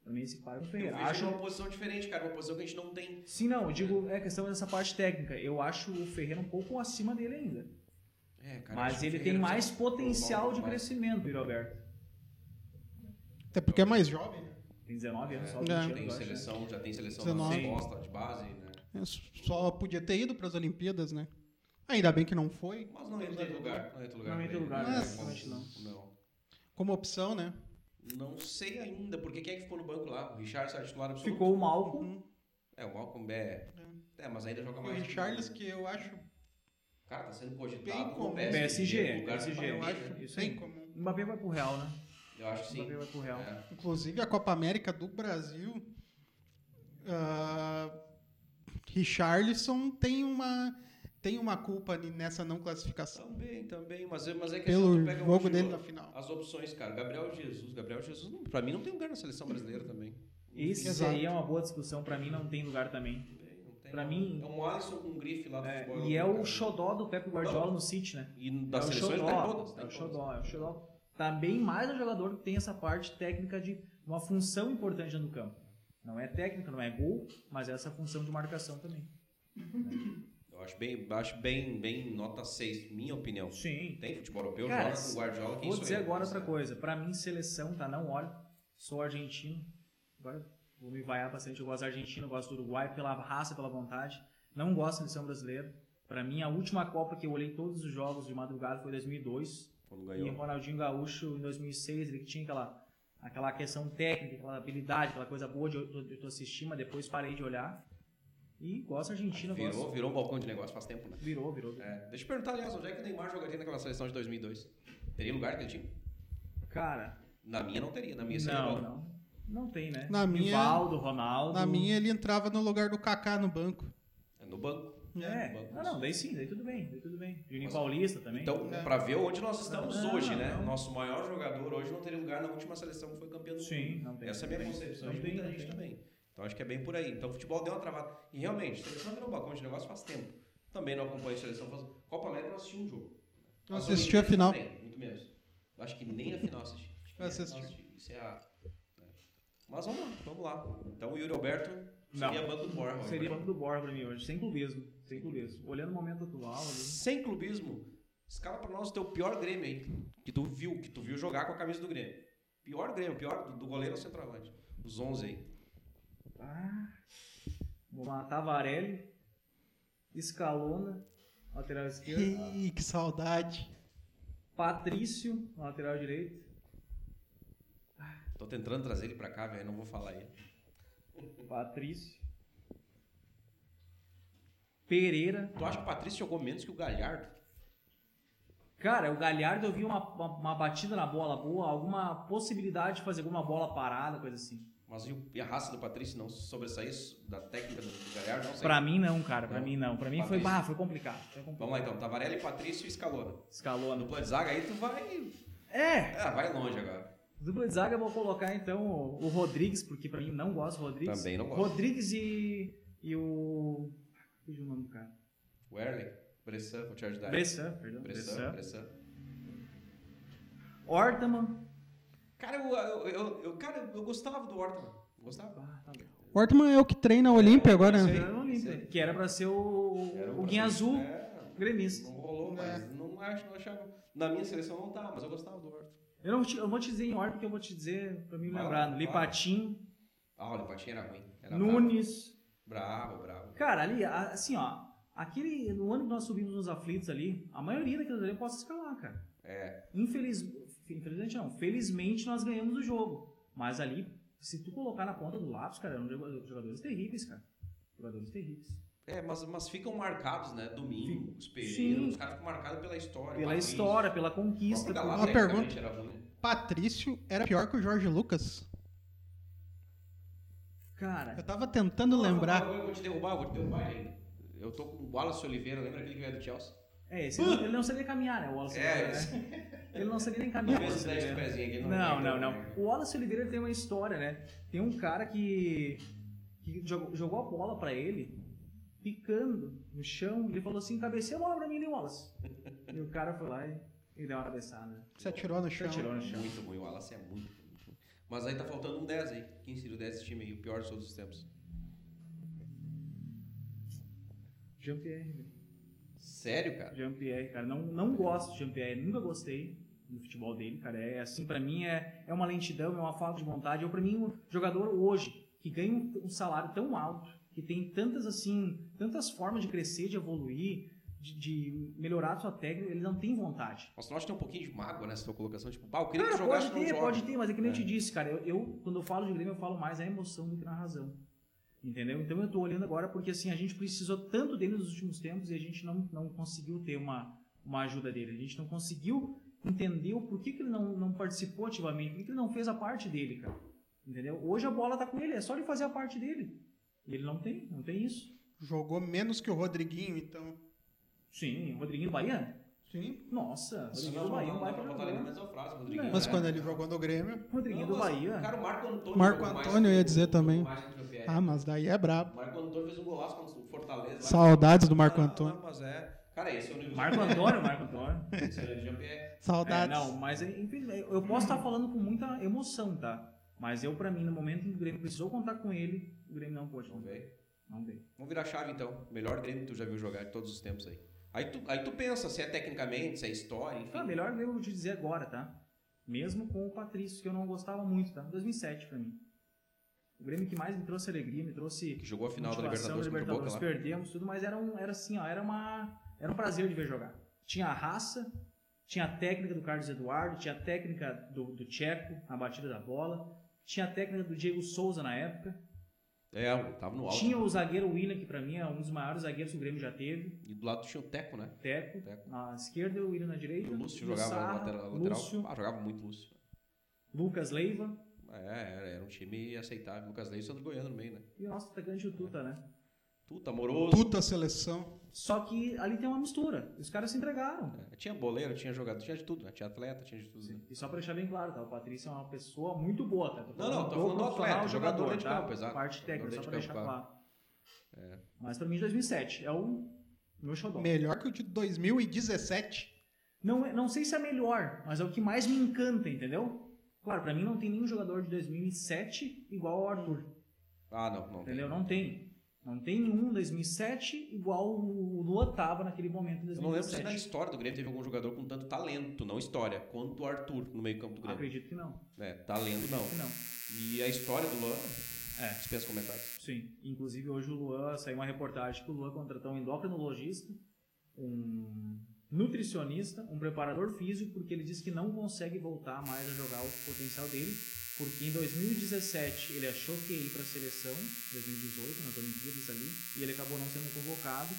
Pra mim ele se equipara com o Eu vejo Ferreira. Acho, uma posição diferente, cara. Uma posição que a gente não tem. sim, não, eu digo, é questão dessa parte técnica. Eu acho o Ferreira um pouco acima dele ainda. É, cara, acho mas que o ele tem Ferreira mais precisa- potencial de mais- crescimento, Yuri Alberto. Até porque é mais jovem, né? Tem 19 anos só, É. 20 Já anos, tem eu acho, né? seleção, já tem seleção na 19. resposta de base, né? Só podia ter ido para as Olimpíadas, né? Ainda bem que não foi, Mas não entra em lugar. Não entra em lugar. é Não entra em lugar, né? né? Realmente não. Não. como opção, né? Não sei ainda, porque quem é que ficou no banco lá? O Richard saiu titular absoluto? Ficou o Malco. Uhum. É, o Malcolm é... É, mas ainda joga E O mais. Richarles, que eu acho, Cara, tá sendo Bem cogitado como- como PSG. PSG, lugar de PSG. eu Mbappé, acho né? Isso bem aí. comum. O Mbappé vai pro Real, né? Eu acho que O Mbappé sim. vai pro Real. É. Inclusive, a Copa América do Brasil, ah, Richarlison tem uma, tem uma culpa nessa não classificação. Também, também. Mas, é- mas é que Pelo assim, tu pega jogo hoje dele o- na final. As opções, cara. Gabriel Jesus. Gabriel Jesus, não, pra mim, não tem lugar na seleção brasileira também. Isso Exato. aí é uma boa discussão, pra mim não tem lugar também. Também não tem. Pra mim- É um Alisson com um grife lá do É, futebol. e é europeu, o cara. Tá xodó do Pepe Guardiola no City, né? E das é o seleções tá em todas. xodó, tá é em o todas. xodó, é o xodó. Também mais um jogador que tem essa parte técnica de uma função importante dentro do campo. Não é técnica, não é gol, mas é essa função de marcação também. Eu acho bem, acho bem, bem nota 6, minha opinião. Sim. Tem futebol europeu, Cara, joga com o Guardiola, quem Vou sou dizer eu? agora outra coisa. Pra mim, seleção, tá? Não olho. Sou argentino. Agora vou me vaiar bastante. Eu gosto da Argentina, eu gosto do Uruguai, pela raça, pela vontade. Não gosto da seleção brasileira. Pra mim, a última Copa que eu olhei todos os jogos de madrugada foi 2002. Quando E o ganhou. Ronaldinho Gaúcho, em 2006, ele tinha aquela, aquela questão técnica, aquela habilidade, aquela coisa boa de, eu- de tu assistir, mas depois parei de olhar. E gosto da Argentina. Virou, Gosto. virou um balcão de negócio faz tempo, né? Virou, virou. É, Deixa eu perguntar, aliás, onde é que o Neymar jogaria naquela seleção de 2002? Teria lugar aquele time? Cara, Na minha não teria, na minha seria não, Ronaldo. não. Não tem, né? Na minha- Rivaldo, Ronaldo. Na minha, ele entrava no lugar do Kaká no banco. É no banco. É, no banco. não, não, daí sim, daí tudo bem, daí tudo bem. Juninho Mas- Paulista também. Então, É. pra ver onde nós estamos Não, hoje, não, né? não. Nosso maior jogador hoje não teria lugar na última seleção que foi campeão do sim, não tem. Essa é a minha não tem, concepção não de tem, muita não gente tem. também. Então acho que é bem por aí. Então o futebol deu uma travada. E realmente, seleção virou um balcão de negócio faz tempo. Também não acompanho a seleção. Faz... Copa América eu não assisti um jogo. Eu As assisti a Olimpíadas final. também, muito menos. Eu acho que nem a final assisti. Acho que Eu nem a final assisti. Isso é a... né? Mas vamos lá, vamos lá. Então o Yuri Alberto né? Não. seria banco do Borja. Seria banco do Borja pra mim hoje, sem clubismo, sem clubismo. Olhando o momento atual ali. Sem clubismo, escala pra nós o teu pior Grêmio aí. Que tu viu, que tu viu jogar com a camisa do Grêmio. Pior Grêmio, pior do, do goleiro ao centroavante. Os 11 aí. Ah, vamos lá, Tavarelli, Escalona, lateral esquerdo, Ih, que saudade. Patrício, lateral direito. Tô tentando trazer ele pra cá, velho. Não vou falar ele. Patrício. Pereira. Tu acha que o Patrício jogou menos que o Galhardo? Cara, o Galhardo eu vi uma, uma, uma batida na bola boa, alguma possibilidade de fazer alguma bola parada, coisa assim. Mas e o- e a raça do Patrício não sobressair s- da técnica do, do Galhardo? Não sei. Pra mim não, cara, pra Não. mim não. Pra mim foi, Patrício. bah, foi complicado. Foi complicado. Vamos lá então. Tavarelli, Patrício e Escalona. Escalona. No plano de zaga aí tu vai... É, Ah, vai longe agora. dupla de zaga eu vou colocar então o o Rodrigues, porque pra mim não gosto do Rodrigues. Também não gosto. Rodrigues e, e o... Fugiu o nome do cara. O Erling, Bressan, vou te ajudar. aí. Bressan, perdão. Tá. Bressan, Bressan. Bressan. Ortaman. Cara, eu, eu, eu, eu- cara, eu gostava do Ortman. Gostava. Ah, tá bom. O Ortman é o que treina a Olímpia agora, Sim. né? Era o Olímpia, Sim. que era pra ser o, Era o Brasil. Guinha Azul É. É, gremista. não rolou, mas não acho, não achava... Na minha seleção não tá, mas eu gostava do Ortman. Eu não te- eu vou te dizer em ordem, porque eu vou te dizer pra me Vai lá, lembrar. vai lá. Lipatinho, Ah, o Lipatinho era ruim. Era Nunes... Bravo, bravo. bravo. Cara, ali, a- assim, ó, aquele. No ano que nós subimos nos aflitos ali, a maioria daqueles ali eu posso escalar, cara. É. Infeliz, infelizmente não. Felizmente nós ganhamos o jogo. Mas ali, se tu colocar na ponta do lápis, cara, eram joga- jogadores terríveis, cara. Jogadores terríveis. É, mas, mas ficam marcados, né? Domingos, Pereira, Sim. os caras ficam marcados pela história. Pela Patrício. história, pela O conquista. próprio Galato, Uma né, pergunta. antigamente, era ruim. Patrício era pior que o Jorge Lucas. por- Cara, Eu tava tentando Eu lembrar. vou- eu vou te derrubar, eu vou te derrubar ainda. Eu tô com o Wallace Oliveira, lembra aquele que veio do Chelsea? é, esse ele não sabia caminhar, né? O Wallace É, Oliveira, né? Ele não sabia nem caminhar. o Talvez Wallace esse 10 de Oliveira. pezinho aqui. Não, tem não, é. não. como, né? O Wallace Oliveira ele tem uma história, né? Tem um cara que, que jogou, jogou a bola pra ele, picando no chão. Ele falou assim: cabeceia a bola pra mim, né, Wallace? e o cara foi lá e, e deu uma cabeçada. Você atirou no chão. atirou no chão. Muito ruim, o Wallace é muito ruim. muito ruim. Mas aí tá faltando um 10 aí. Quem seria o 10 desse time aí? O pior de todos os tempos. Jean-Pierre. Sério, cara? Jean-Pierre, cara. Não, não gosto de Jean-Pierre, nunca gostei do futebol dele, cara. É assim, pra mim é, é uma lentidão, é uma falta de vontade. Eu, pra mim, um jogador hoje que ganha um, um salário tão alto, que tem tantas assim, tantas formas de crescer, de evoluir, de, de melhorar a sua técnica, ele não tem vontade. Mas tu não acha que tem um pouquinho de mágoa nessa tua colocação? Tipo, pá, eu queria Cara, que jogasse pode não ter, joga. pode ter, mas é que nem eu É. te disse, cara. Eu, eu, quando eu falo de Grêmio, eu falo mais na emoção do que na razão. Entendeu? Então eu tô olhando agora porque assim, a gente precisou tanto dele nos últimos tempos e a gente não, não conseguiu ter uma, uma ajuda dele. A gente não conseguiu entender o porquê que ele não, não participou ativamente, por que que ele não fez a parte dele, cara. Entendeu? Hoje a bola tá com ele, é só ele fazer a parte dele. E ele não tem, não tem isso. Jogou menos que o Rodriguinho, então. Sim, o Rodriguinho Baiano? Sim. Nossa, Sim, Rodriguinho nós do Bahia é um vamos baita botar ele na jogador. mesma frase, Rodriguinho. Não. Mas né? quando ele jogou no Grêmio. Rodriguinho Não, do mas, Bahia. Cara, o Marco Antônio. Marco jogou mais Antônio, eu ia que o- dizer também. mais que o Jean-Pierre. Ah, mas daí é brabo. O Marco Antônio fez um golaço contra o Fortaleza. lá. Saudades do Marco Não, Antônio. Não, mas é. Cara, esse é o nível de Marco Antônio, Marco Antônio. Esse é o nível de Jean-Pierre. É, Saudades. não, mas enfim, eu posso estar falando com muita emoção, tá? Mas eu, pra mim, no momento em que o Grêmio precisou contar com ele, o Grêmio não pôde. Vamos ver. Não veio. Vamos virar chave então. Melhor Grêmio que tu já viu jogar de todos os tempos aí. Aí tu, aí tu pensa se é tecnicamente, se é história, enfim. Foi o Então, melhor Grêmio, eu vou te dizer agora, tá? Mesmo com o Patrício, que eu não gostava muito, tá? 2007 pra mim. O Grêmio que mais me trouxe alegria, me trouxe Que jogou a final da motivação Libertadores da contra o Boca Libertadores, lá. perdemos tudo, mas era, um, era assim, ó, era, uma, era um prazer de ver jogar. Tinha a raça, tinha a técnica do Carlos Eduardo, tinha a técnica do, do Tcheco na batida da bola, tinha a técnica do Diego Souza na época, É, tava no alto. Tinha o zagueiro Willian, que pra mim é um dos maiores zagueiros que o Grêmio já teve. E do lado tinha o Teco, né? Teco, Teco. na esquerda, o Willian na E direita. o Lúcio jogava Sarra, lateral. lateral. Lúcio, Ah, jogava muito Lúcio. Lucas Leiva É, era, era um time aceitável. Lucas Leite e Sandro Goiano no meio, né? e o nosso atacante o Tuta, né? Tuta, amoroso. Puta seleção. Só que ali tem uma mistura. Os caras se entregaram. É, Tinha boleiro, tinha jogador, tinha de tudo, né? Tinha atleta, tinha de tudo. né? E só pra deixar bem claro, tá? O Patrício é uma pessoa muito boa, tá? Tô Não, não, tô falando do do profissional, atleta, jogador dentro de tá? campo, exato. Parte técnica, só Jogador pra dentro de deixar campo, É. claro. Mas pra mim, 2007 é o meu xodó. Melhor que o de 2017. Não, é- não sei se é a melhor, mas é o que mais me encanta, entendeu? Claro, pra mim não tem nenhum jogador de 2007 igual ao Arthur, Ah, não, não. entendeu? Não tem. Não tem um nenhum 2007 igual o Lua tava naquele momento em Eu não lembro se na 2007. história do Grêmio teve algum jogador com tanto talento, não história, quanto o Arthur no meio-campo do tá Grêmio. Acredito que não. É, talento não. Que não. E a história do Luan, É, dispensa comentários. sim. Inclusive hoje o Luan saiu uma reportagem que o Luan contratou um endocrinologista, um nutricionista, um preparador físico, porque ele disse que não consegue voltar mais a jogar o potencial dele, porque em 2017 ele achou que ia ir para a seleção, 2018, nas Olimpíadas ali, e ele acabou não sendo convocado.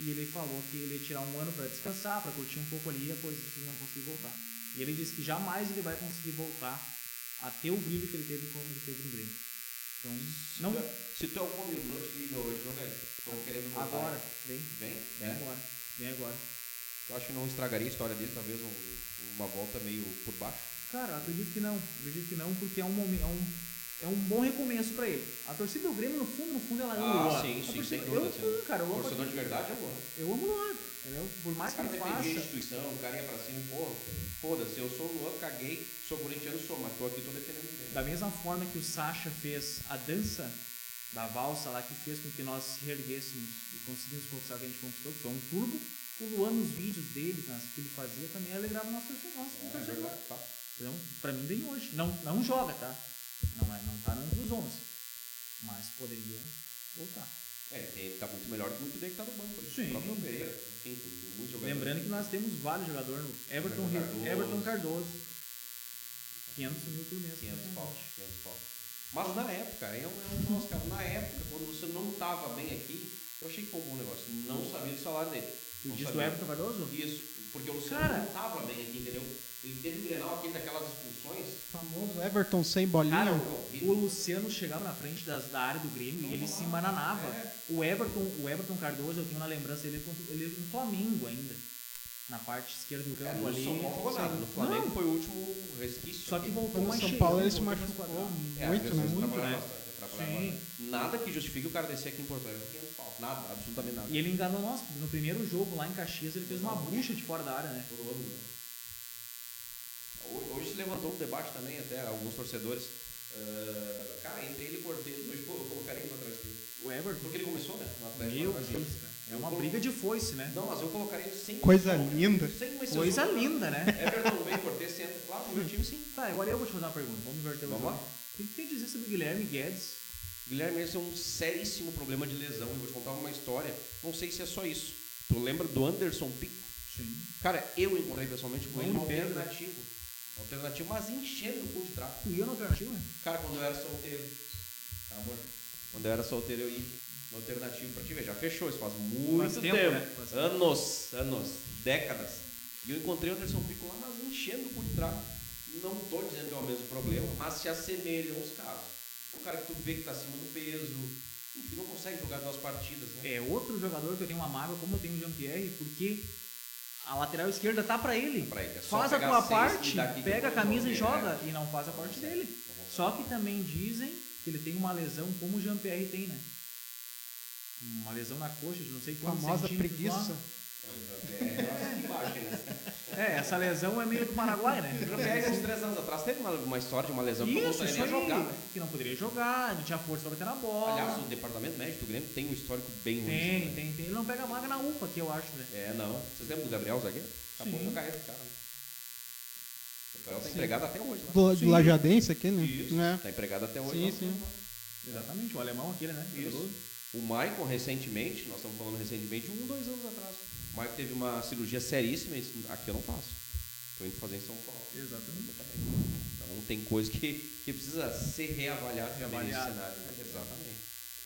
E ele falou que ele ia tirar um ano para descansar, para curtir um pouco ali, e a coisa que ele não conseguiu voltar. E ele disse que jamais ele vai conseguir voltar a ter o brilho que ele teve como ele teve no Grêmio. Então, não Se tu é o comedor de nível hoje, não ganha. Tô querendo voltar. agora, É. vem, Vem, vem né? agora, vem agora. Eu acho que não estragaria a história dele, talvez um- uma volta meio por baixo. Cara, acredito que não. Acredito que não, porque é um momento. É um, é um bom recomeço pra ele. A torcida do Grêmio, no fundo, no fundo, ela ama Ah, o Luan. sim, A sim, torcida- sem dúvida, sem Eu amo, dúvida. cara. Eu amo, Torcedor de verdade é bom. eu amo o Luan. entendeu? Por mais O Ah, cara que é ele defendia a faça. instituição, o cara ia pra cima e, pô, foda-se, eu sou o Luan, caguei, sou corintiano, sou, mas tô aqui, tô defendendo o Grêmio. Da mesma forma que o Sasha fez a dança da valsa lá, que fez com que nós reerguêssemos e conseguimos conquistar o que a gente conquistou, que foi um turbo, o Luan nos vídeos dele, nas que ele fazia, também alegrava o nosso torcedor. nosso É torcedor. verdade, tá. Então, pra mim vem hoje. Não, não joga, tá? Não, é, não tá nos 11. Mas poderia voltar. É, ele tá muito melhor que muito dele que tá no banco. né? Sim. O próprio Pereira, enfim, tem muitos jogadores. Lembrando que nós temos vários jogadores no Everton, Everton Cardoso. Cardoso. Everton Cardoso. 500 mil por mês. 500 pau, 500 pau. Mas na época, é um, é um nosso cara, na época, quando você não tava bem aqui, eu achei que foi um bom negócio. Não sabia do salário dele. Tu Não diz do sabia. Everton é Cardoso? Isso, porque o Luciano Cara. não tava bem aqui, entendeu? Ele teve um grenal aqui daquelas expulsões. Famoso Everton sem bolinha. Cara, Não. o Luciano chegava na frente das- da área do Grêmio e ele se embananava. É. O Everton, o Everton Cardoso, eu tenho na lembrança, ele, é contra- ele no Flamengo ainda. Na parte esquerda do Cara, campo É, no Né? ali. São Paulo jogou nada. um No Flamengo foi o último resquício. Só que voltou Quando o mais São cheio, Paulo ele se voltou mais machucou quadrado. É, muito, às né? vezes Muito, atrapalha né? bastante, atrapalha Sim. bastante. Nada que justifique o cara descer aqui em Porto Alegre. porque é um pau. Nada, absolutamente nada. E ele enganou nós, porque no primeiro jogo lá em Caxias ele fez uma bucha de fora da área, né? Ho- Hoje se levantou um debate também, até alguns torcedores. eh, cara, entre ele e Cortez, hoje pô, eu colocaria ele atrás dele. O Everton. Porque ele começou, né? No Atlético Meu Paranaense. Deus, cara. É uma briga de foice, né? Não, mas eu colocaria ele sem. Coisa linda. Sem uma Coisa exceção. linda, né? Everton vem, Cortez senta. Claro, no meu time sim. Tá, agora eu vou te fazer uma pergunta. Vamos inverter o Vamos jogo. lá. O que tem a dizer sobre o Guilherme Guedes? Guilherme esse é um seríssimo problema de lesão. Eu vou te contar uma história. Não sei se é só isso. Tu lembra do Anderson Pico? Sim. Cara, eu encontrei pessoalmente com ele um Bom de perda. alternativo. Alternativo, mas enchendo o cu de trapo. Tu ia no alternativo, né? Cara, quando eu era solteiro. Tá amor? Quando eu era solteiro, eu ia no alternativo pra te ver. Já fechou isso faz muito Faz tempo, tempo. né? Faz tempo. Anos, anos, décadas. E eu encontrei o Anderson Pico lá, mas enchendo o cu de trapo. Não tô dizendo que é o mesmo problema, mas se assemelham os casos. O cara que tu vê que tá acima do peso, enfim, não consegue jogar duas partidas, né? É outro jogador que eu tenho uma mágoa, como eu tenho o Jean-Pierre, porque a lateral esquerda tá pra ele. Pra ele, é só faz a pegar tua seis parte, e daqui que pega a eu camisa vou e ver, joga, né? e não faz a parte dele. Não consegue. Só que também dizem que ele tem uma lesão como o Jean-Pierre tem, né? uma lesão na coxa de não sei quantos famosa centímetros preguiça. É, que baixa, né? lá. É, essa lesão é meio do Paraguai, né? O Pérez, uns três anos atrás, teve uma, uma história de uma lesão que não Isso, gostaria isso nem de aí, jogar. né? que não poderia jogar, não tinha força pra bater na bola. Aliás, o departamento médico do Grêmio tem um histórico bem ruim. né? tem, tem, tem. Ele não pega vaga na UPA, que eu acho, né? É, não. Vocês lembram do Gabriel, zagueiro? Acabou Sim. com a carreira do cara. né? O Gabriel tá empregado até hoje. Lá. Do, do Sim. Lajadense aqui, né? Isso. É. Tá empregado até hoje. Sim, lá. sim. Exatamente, o alemão aquele, né? Isso. O Maicon, recentemente, nós estamos falando recentemente, um, dois anos atrás. O Maicon teve uma cirurgia seríssima e disse, aqui eu não faço. Estou indo fazer em São Paulo. Exatamente. Então tem coisa que, que precisa ser reavaliada também nesse Reavaliada. cenário. né? Exatamente.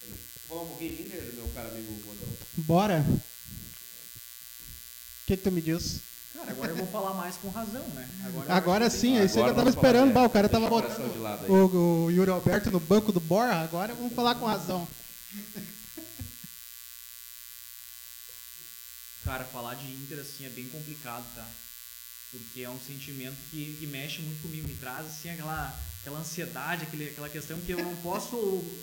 Vou falar um pouquinho de Inter, meu caro amigo Godão. Bora. O que, que tu me diz? Cara, agora eu vou falar mais com razão, né? Agora, Agora sim, é isso aí que eu Agora tava vamos falar dela. esperando. Bah, o cara Deixa tava o coração botando de lado aí. o, o Yuri Alberto no banco do Borra. Agora vamos falar com razão. Cara, falar de Inter assim é bem complicado, tá? Porque é um sentimento que, que mexe muito comigo, me traz assim aquela, aquela ansiedade, aquele, aquela questão que eu não posso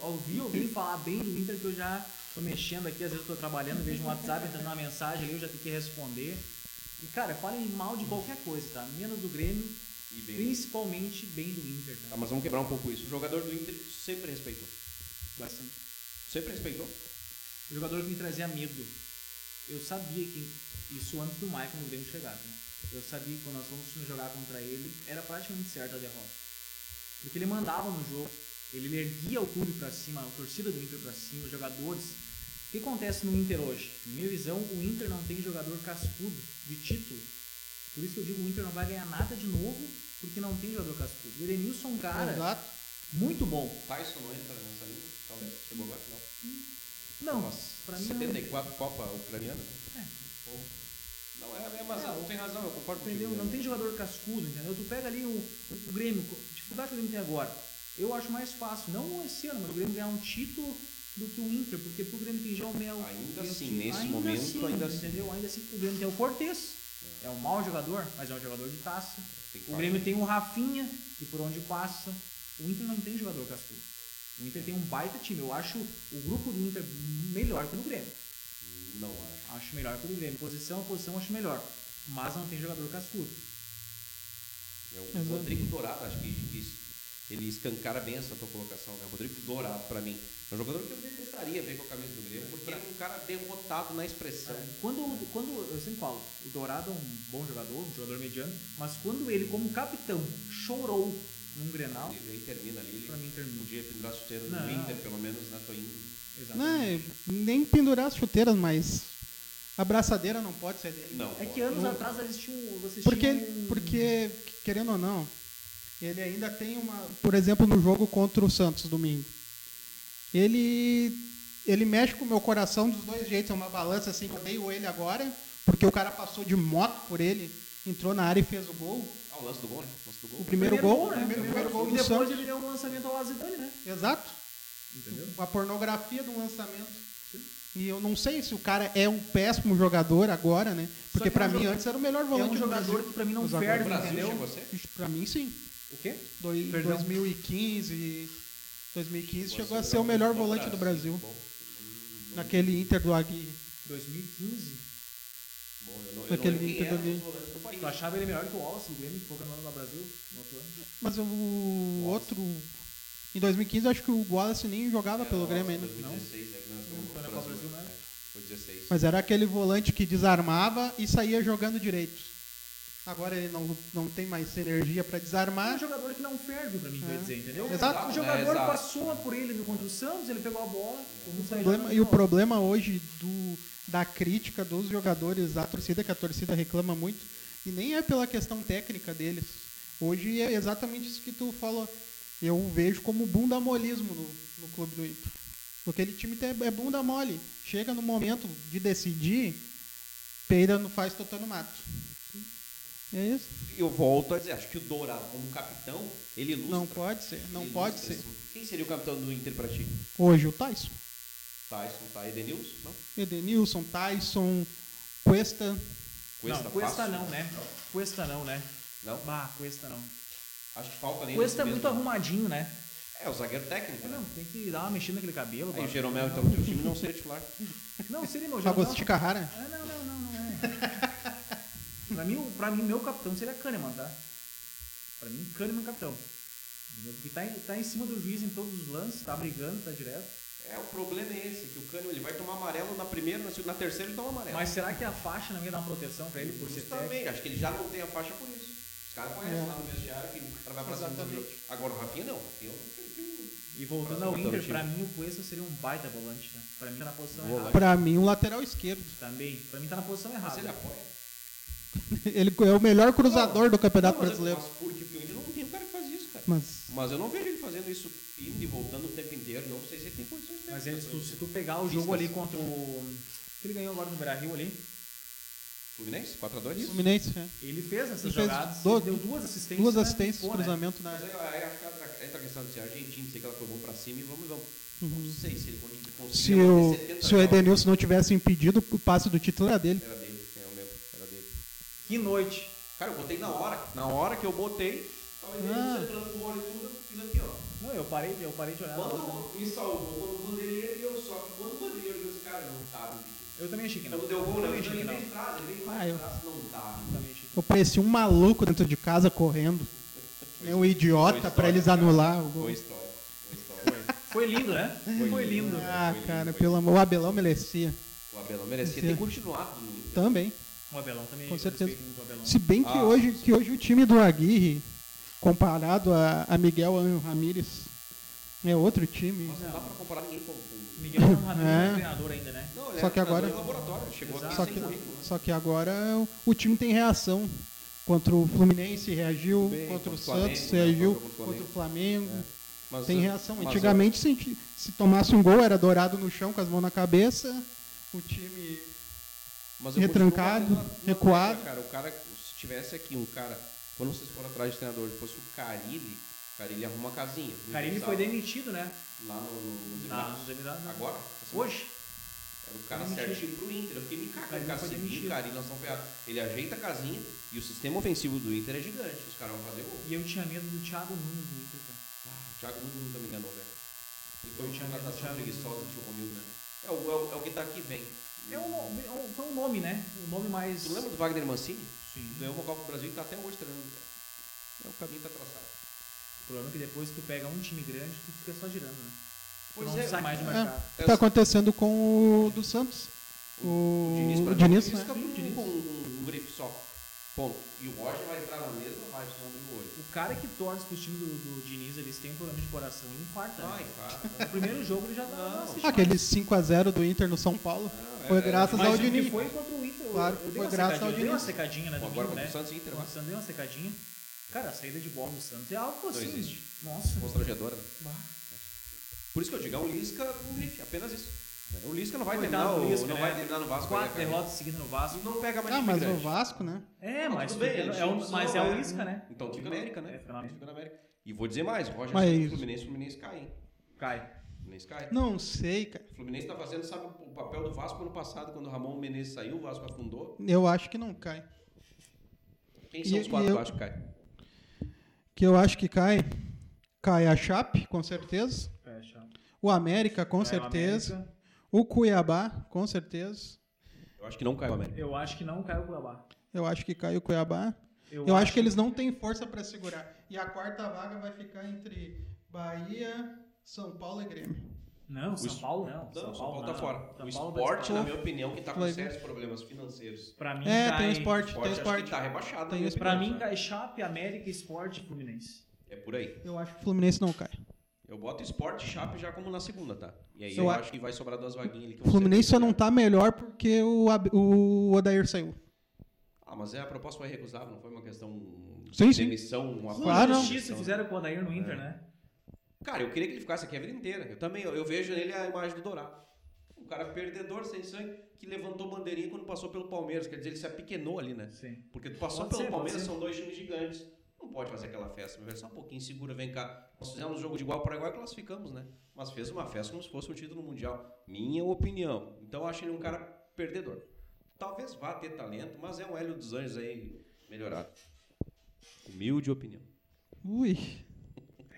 ouvir alguém falar bem do Inter que eu já tô mexendo aqui, às vezes eu tô trabalhando, vejo um WhatsApp, entrando uma mensagem ali, eu já tenho que responder. E cara, falem mal de qualquer coisa, tá? Menos do Grêmio, E bem. principalmente bem do Inter, Tá, tá? mas vamos quebrar um pouco isso. O jogador do Inter sempre respeitou. Bastante. Sempre respeitou. O jogador que me trazia medo. Eu sabia que isso antes do Michael no Grêmio chegar. né? Eu sabia que quando nós fomos jogar contra ele, era praticamente certa a derrota. Porque ele mandava no jogo, ele erguia o clube pra cima, a torcida do Inter pra cima, os jogadores. O que acontece no Inter hoje? Na minha visão, o Inter não tem jogador cascudo de título. Por isso que eu digo, o Inter não vai ganhar nada de novo, porque não tem jogador cascudo. O Edenilson é um cara Exato. muito bom. Tyson não entra nessa linha, talvez. Chegou agora, não. Não, Nossa, pra mim é um não. 74 Copa Ucraniana. É. Bom, Não, é, é, mas É, não o- tem razão, eu concordo Entendeu? contigo. Não tem jogador cascudo, entendeu? Tu pega ali o, o Grêmio, a dificuldade que o Grêmio tem agora. Eu acho mais fácil, não esse ano, mas o Grêmio ganhar um título do que o Inter, porque pro Grêmio tem João Mel. Ainda tem o assim, Ti- nesse momento, ainda assim. Entendeu? Ainda assim, o Grêmio tem o Cortez, é um mau jogador, mas é um jogador de taça. Tem O quatro. Grêmio tem o Rafinha, que por onde passa. O Inter não tem jogador cascudo. O É. Inter tem um baita time. Eu acho o grupo do Inter melhor que o do Grêmio. Não acho. Acho melhor que o do Grêmio. Posição a posição, acho melhor. Mas não tem jogador cascudo. É o Exato. Rodrigo Dourado, acho que, que es- ele escancara bem essa tua colocação, né? O Rodrigo Dourado, pra mim, é um jogador que eu detestaria ver com a camisa do Grêmio, porque ele é um cara derrotado na expressão. É. Quando, quando eu sempre falo, o Dourado é um bom jogador, um jogador mediano, mas quando ele, como capitão, chorou num Grenal, Ele aí termina ali, ele pra mim terminou. podia pendurar a chuteira Não. no Inter, pelo menos né? na tua índole. Não, Exatamente. Né? nem pendurar as chuteiras, mas a braçadeira não pode ser dele. Não, É que anos atrás eles tinham. Vocês Porque, tinham um- porque, querendo ou não, ele ainda tem uma. Por exemplo, no jogo contra o Santos domingo. Ele. Ele mexe com o meu coração dos dois jeitos. É uma balança assim que eu odeio ele agora, porque o cara passou de moto por ele, entrou na área e fez o gol. Ah, o lance do gol, né? O lance do O gol. primeiro, gol, o né? primeiro, primeiro gol e do depois Santos. ele deu um lançamento ao Azidane, né? Exato. Entendeu? A pornografia do lançamento. E eu não sei se o cara é um péssimo jogador agora, né? Porque que é pra um mim joga- antes era o melhor É volante um do jogador Brasil. que pra mim não Os O jogadores perde, Brasil chegou entendeu? a ser? Pra mim, sim. O quê? Doi- Perdão. 2015, 2015 chegou a ser o melhor volante do Brasil. Bom, Naquele Inter do Aguirre. 2015. bom, eu não, é, eu Naquele não lembro quem Inter era do- os volantes do país. Tu achava ele melhor que o Wallace do Grêmio, que foi campeão do Brasil no outro ano? Mas o outro. Em 2015 eu acho que o Wallace nem jogava Era pelo o Grêmio né? ainda. 2016, é que nós né? Não, estamos foi na no Copa Brasil, Brasil, né? né? Foi 16. Mas era aquele volante que desarmava e saía jogando direito. Agora ele não, não tem mais energia pra É um desarmar. jogador que não ferve pra mim, quer dizer, entendeu? Ah. É. Exato. O jogador É, exato. passou por ele no contra o Santos, ele pegou a bola, como O problema- e o problema hoje do, da crítica dos jogadores à torcida, que a torcida reclama muito, e nem é pela questão técnica deles. Hoje é exatamente isso que tu falou. Eu vejo como bunda molismo no, no clube do Inter. Porque aquele time é, é bunda mole. Chega no momento de decidir, peida não faz totó no mato. É isso? eu volto a dizer, acho que o Dourado, como capitão, ele ilustra. Não pode ser, não Ele pode ilustra ser. isso. Quem seria o capitão do Inter pra ti? Hoje o Tyson. Tyson, tá? Edenilson? Não? Edenilson, Tyson, Cuesta. Cuesta, não, Cuesta fácil? não, né? Cuesta não, né? Não? Bah, Cuesta não. Acho que falta nem Cuesta é nesse muito mesmo. arrumadinho, né? É, o zagueiro técnico. né? Não, tem que dar uma mexida naquele cabelo. Aí o bota- Jeromel, então, o time não seria titular. Não, seria meu Jeromel. Fagosto de Carrara. Ah, não, não, não, não é. pra, mim, o- pra mim, meu capitão seria Kahneman, tá? Pra mim, Kahneman é capitão. Entendeu? Porque tá em, tá em cima do juiz em todos os lances, tá brigando, tá direto. É, o problema é esse, que o Cânimo ele vai tomar amarelo na primeira, na segunda, na terceira ele toma amarelo. Mas será que a faixa não ia dar uma proteção pra ele por ser técnico? Justamente, acho que ele já não tem a faixa por isso. Os caras conhecem É. lá no vestiário que o cara vai pra cima do Exatamente. jogo. Agora o Rafinha não, o Rafinha é um perfil. E voltando Pra ao voltar ao Inter, time. pra mim, o Cuesta seria um baita volante, né? Pra mim, tá na posição Volante. errada. Pra mim, o lateral esquerdo. Também. Pra mim, tá na posição Ah, Mas ele errada. apoia. Ele é o melhor cruzador do Campeonato Não, mas eu- Brasileiro. Mas por que? Porque o Inter não tem um cara que faz isso, cara. Mas Mas eu não vejo ele fazendo isso indo e voltando o tempo inteiro. Não sei se ele tem condições de Mas ele, se, tu, se tu pegar o jogo ali contra o. que ele ganhou agora no Beira Rio ali, Fluminense, 4x2? Fluminense, é. ele fez essas Ele fez jogadas. do- ele deu duas assistências. duas né? assistências, Pô, né? cruzamento na Mas área. aí, aí acho que entra- entra a questão de ser argentino, sei que ela foi bom pra cima e vamos, vamos. Não sei se ele conseguiu Uhum. Se conseguir o, bater 70 se o jogos. Edenilson não tivesse impedido, o passe do título era dele. Era dele, é o meu, era dele. Que noite. Cara, eu botei na hora. Na hora que eu botei, tava Ah. ele entrando com o olho e tudo, eu fiz aqui, ó. Não, eu parei, eu parei de olhar. tá Quando me salvou, quando o Vanderlei ergueu, só que quando o Vanderlei ergueu, esse cara não tava impedido. Eu também achei que não. Quando deu gol, Eu né? também Ele achei que não. vem atrás, ele vem Ah, eu- atrás, não tava. Eu também achei que Eu parecia um maluco dentro de casa correndo. É um Foi idiota história, pra eles cara. anular o gol. Foi história, foi história. não. Foi lindo, né? Foi, lindo. Ah, Foi lindo, cara, foi pelo amor. O Abelão merecia. O Abelão merecia Sim. ter continuado no Inter. Também. O Abelão também. Com eu certeza. respeito muito o Abelão. Se bem que, Ah. hoje, que hoje o time do Aguirre, comparado a, a Miguel Anjo Ramírez, é outro time. Nossa, não dá pra comparar ninguém com... com... Miguel não Ramiro É. é treinador ainda, né? Não, ele Só era que agora- treinador de laboratório, ele chegou aqui Exato. Só sem que, currículo. né? só que agora é o, o time tem reação. Contra o Fluminense reagiu, Bem, contra o contra o Santos Flamengo, né? reagiu, Contra o Flamengo. contra o Flamengo. Mas, é Tem reação. mas, Antigamente, se, a gente- se tomasse um gol, era dourado no chão com as mãos na cabeça. O time. Mas Retrancado, continuo batendo na- na recuado. tecla, Cara, o cara, se tivesse aqui um cara, quando vocês foram atrás de treinador, fosse o Carilli, o Carilli arruma uma casinha. O Carilli foi demitido, né? Lá no, no, nos Na, Emirados. nos Emirados, né? Agora? essa semana. Hoje. Era o cara demitido. certinho pro Inter. Eu fiquei me cagando. Carilli O cara foi seguiu demitido. o Carilli, nós estamos ferrados. Ele ajeita a casinha e o sistema ofensivo do Inter é gigante. Os caras vão fazer gol. E eu tinha medo do Thiago Nunes no Inter, cara. O Thiago Nunes nunca me enganou, velho. Ele foi Eu uma tinha medo do contratação Thiago preguiçosa Nunes. do tio Romildo, né? É o, é o, é o que tá aqui, vem. É um, nome- é um- foi um nome, né? Um nome mais. Tu lembra do Wagner Mancini? Sim. Ganhou uma Copa do Brasil e tá até hoje treinando. É, o caminho tá traçado. O problema é que depois que tu pega um time grande, tu fica só girando, né? Tu Pois não é, sai mais de é. mercado. Tá acontecendo com o do Santos. O, o Diniz, né? tá Sim, o Diniz. com um, um grife só. Ponto. E o Roger vai entrar na mesma vibe, senão abriu o olho. O cara que torce pro time do, do Diniz, eles têm um problema de coração, ele infarta. Ai, Né? cara. No primeiro jogo ele já tá. Não. assiste mais. Aquele 5x0 do Inter no São Paulo. Não, Foi é- graças Mas ao o que Diniz. foi contra o Inter. eu- Claro, eu dei foi uma graças secadinha, ao eu dei uma Diniz. secadinha, né? Bom, domingo, agora contra né? o Santos e Inter, O vai. Santos deu uma secadinha. Cara, a saída de bola do Santos é algo assim. existe. Nossa. Constrangedora. né? Bah. Por isso que eu digo, é o Lisca com grife, apenas isso. É, O Lisca não vai Coitado terminar, do o- Lisca, não né? vai terminar no Vasco. Quatro ainda, cara. derrotas seguidas no Vasco. E não pega mais Ah, time mas grande. o Vasco, né? É, Não, mas, tudo bem, fica- ele é, tinha um, opção, mas é o é. Isca, né? Então fica na América, né? É, fica na América. Fica na América. E vou dizer mais, o Roger Mas- saiu do Fluminense, o Fluminense cai, hein? Cai. O Fluminense cai. Não sei, cara. O Fluminense tá fazendo, sabe, o papel do Vasco ano passado, quando o Ramon Menezes saiu, o Vasco afundou. Eu acho que não cai. Quem são E- os quatro e que eu- eu acho que cai? Que eu acho que cai. Cai a Chape, com certeza. Fecha. O América, com Cai o certeza. América. O Cuiabá, com certeza. Eu acho que não cai o América. Eu acho que não cai o Cuiabá. Eu acho que cai o Cuiabá. Eu, acho, que eles não têm força para segurar. E a quarta vaga vai ficar entre Bahia, São Paulo e Grêmio. Não, São es- Paulo não. Não, São o São Paulo tá não. fora. São o Paulo vai esporte, na disparar. minha opinião, que tá com Vai ver. sérios problemas financeiros. Pra mim, É, cai... tem o esporte, O tem esporte o acho esporte. que tá rebaixado. Tem na minha o Pra opinião, sabe? mim, cai Chape, América, Esporte e Fluminense. É por aí. Eu acho que o Fluminense não cai. Eu boto esporte e Chape já como na segunda, tá? E aí Eu eu, a- acho que vai sobrar duas vaguinhas ali. que é. O vão Fluminense ser só não tá melhor porque o, Ab- o Odair saiu. Ah, mas é, a proposta foi recusável, não foi uma questão tá. Sim, de sim. ah, demissão, uma Claro. uma Justiça demissão. né? fizeram com o Adair no É. Inter, né? Cara, eu queria que ele ficasse aqui a vida inteira. Eu também, eu, eu vejo nele a imagem do Dourado. Um cara perdedor, sem sangue, que levantou bandeirinha quando passou pelo Palmeiras. Quer dizer, ele se apequenou ali, né? Sim. Porque tu passou Pode pelo ser, pode Palmeiras, ser. são dois times gigantes. Não pode fazer aquela festa, meu velho. Só um pouquinho segura, vem cá. Nós fizemos um jogo de igual para igual e classificamos, né? Mas fez uma festa como se fosse um título mundial. Minha opinião. Então eu acho ele um cara perdedor. Talvez vá ter talento, mas é um Hélio dos Anjos aí melhorado. Humilde opinião. Ui.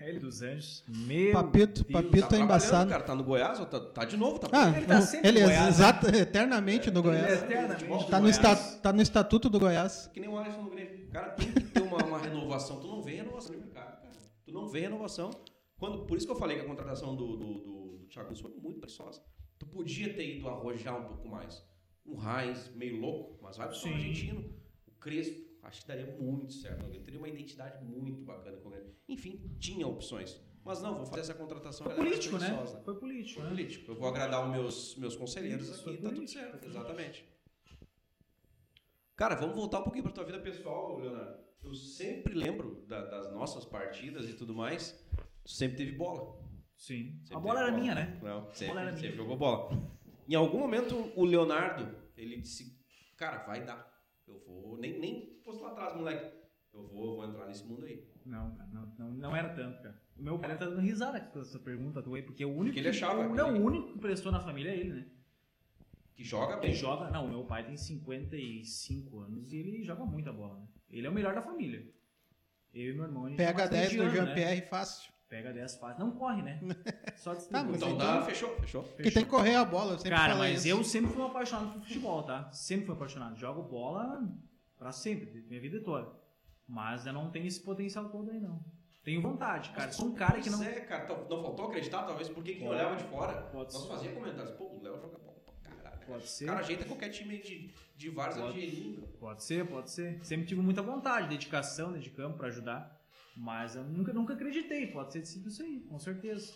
Ele dos Anjos. Meu Papito, Deus. papito. tá trabalhando, embaçado. Cara, tá no Goiás ou tá, tá de novo? Tá Ah, Ele tá o- sempre ele no é Goiás, exata- eternamente no Goiás. Ele é eternamente do Tá no, Goiás. esta- tá no estatuto do Goiás. Que nem o Alisson no Grêmio. Cara, tem que ter uma, uma renovação. Tu não vê renovação no mercado, cara. Tu não vê renovação. Quando, por isso que eu falei que a contratação do, do, do, do Thiago Nunes foi muito preciosa. Tu podia ter ido arrojar um pouco mais. Um Reis, meio louco, mas vai pro Sim. argentino. O Crespo, acho que daria muito certo. no Grêmio. Teria uma identidade muito bacana com o Grêmio. Enfim, tinha opções. Mas não, vou fazer essa contratação. Foi galera, político, né? preguiçosa. Foi político, Foi né? político. tipo, Eu vou agradar os meus, meus conselheiros Isso, aqui, foi tá tudo político, certo. foi político. Exatamente. Cara, vamos voltar um pouquinho pra tua vida pessoal, Leonardo. Eu sempre lembro da- das nossas partidas e tudo mais. Tu sempre teve bola. Sim. Sempre A bola teve era minha, né? Não, sempre, era sempre minha. jogou bola. Em algum momento, o Leonardo, ele disse, cara, vai dar. Eu vou, nem, nem fosse lá atrás, moleque. Eu vou, vou entrar nesse mundo aí. Não, cara, não, não, não era tanto, cara. O meu cara tá dando risada com essa pergunta tua aí, porque o único. Porque ele é né? achava, que, não, ele- o único que prestou na família é ele, né? Que joga Ele bem. joga. Não, meu pai tem 55 anos e ele joga muita bola, né? Ele é o melhor da família. Eu e meu irmão, a gente Pega é bastante 10 do ano, né? Jean-Pierre fácil. Pega 10 fácil. Não corre, né? Só distribui. Tá, mas Então dá, fechou, fechou. Porque tem que correr a bola, eu sempre Cara, falo mas isso. eu sempre fui um apaixonado por futebol, tá? Sempre fui apaixonado. Jogo bola pra sempre, minha vida toda. Mas eu não tenho esse potencial todo aí, não. Tenho vontade, cara. Sou um cara que não. Pois é, cara, tal- não faltou acreditar, talvez, porque quem Pode. olhava de fora, Pode nós ser. fazia comentários, pô, o Léo joga bola pra caralho. Pode O ser. cara ajeita qualquer time de, de vários Pode. argelinos. Pode ser, pode ser. Sempre tive muita vontade, dedicação, dentro de campo pra ajudar. Mas eu nunca, nunca acreditei. Pode ser sido isso aí, com certeza.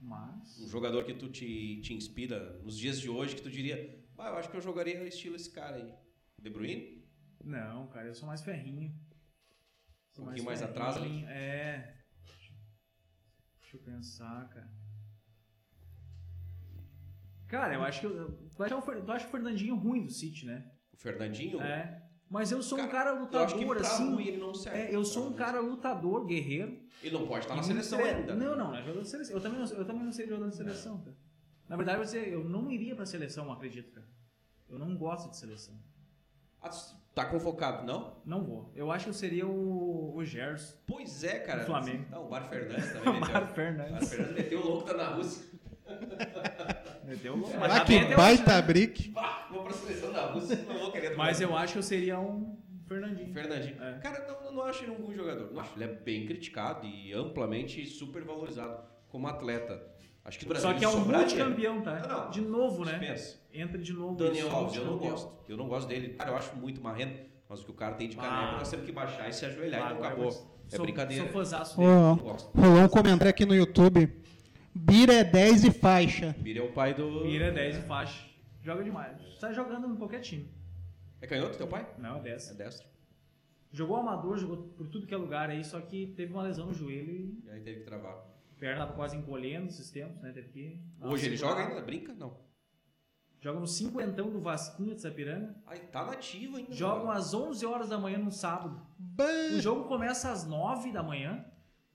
Um Mas. jogador que tu te, te inspira nos dias de hoje, que tu diria, ah, eu acho que eu jogaria estilo esse cara aí. De Bruyne? Não, cara, eu sou mais ferrinho. Um pouquinho mais atrás ali. ferrinho, É. Deixa eu pensar, cara. Cara, eu acho que. eu- Tu acha o Fer- tu acha o Fernandinho ruim do City, né? O Fernandinho? É. Mas eu sou um Cara, cara Eu acho que lutador, pra ruim assim. ele não serve. É, eu Pra sou um ruim. cara lutador, guerreiro. Ele não pode estar na E seleção muito- ainda. É. né? Não, não, não é jogador de seleção. Eu também não, eu também não sei jogador de seleção, cara. Na verdade, eu, sei- eu não iria pra seleção, eu acredito, cara. Eu não gosto de seleção. Ah, tá convocado, não? Não vou. Eu acho que eu seria o, o Gerson. Pois é, cara. O Flamengo. Não, o Bar Fernandes também. meteu. Mário O Bar Fernandes. Fernandes meteu o louco, tá na Rússia. Meteu o louco. Mas Ah, tá bem que até baita hoje, né? brick. Bah, vou pra seleção da Rússia, não vou querer. Mas eu acho que eu seria um Fernandinho. Fernandinho. É. Cara, não, não acho ele um bom jogador. Não acho. Ele é bem criticado e amplamente super valorizado como atleta. Acho que o Brasil Só que é um sobraria. multicampeão, tá? Não, não. De novo, né? Dispensa. Entra de novo. Daniel isso, Alves, eu não multicampeão. gosto. Eu não gosto dele. Cara, eu acho muito marrento. Mas o que o cara tem de Ah. caneca, nós temos que baixar e se ajoelhar Ah, e não agora acabou. eu É sou- brincadeira. Sou fãzaço dele. Ó, Não gosto. rolou um comentário aqui no YouTube. Bira é 10 e faixa. Mira é o pai do. Mira 10 e faixa. Joga demais. Tá jogando em qualquer time. É canhoto teu pai? Não, é É 10. destro. Jogou amador, jogou por tudo que é lugar aí, só que teve uma lesão no joelho e E aí teve que travar. a perna tava quase encolhendo esses tempos, né? Teve que. dar uma Hoje ele segurada. joga ainda? Brinca? Não. Joga no cinquentão do Vasquinha de Sapiranga. Aí tá nativo ainda. Jogam cara. às 11 horas da manhã num sábado. Bah, É. O jogo começa às 9 da manhã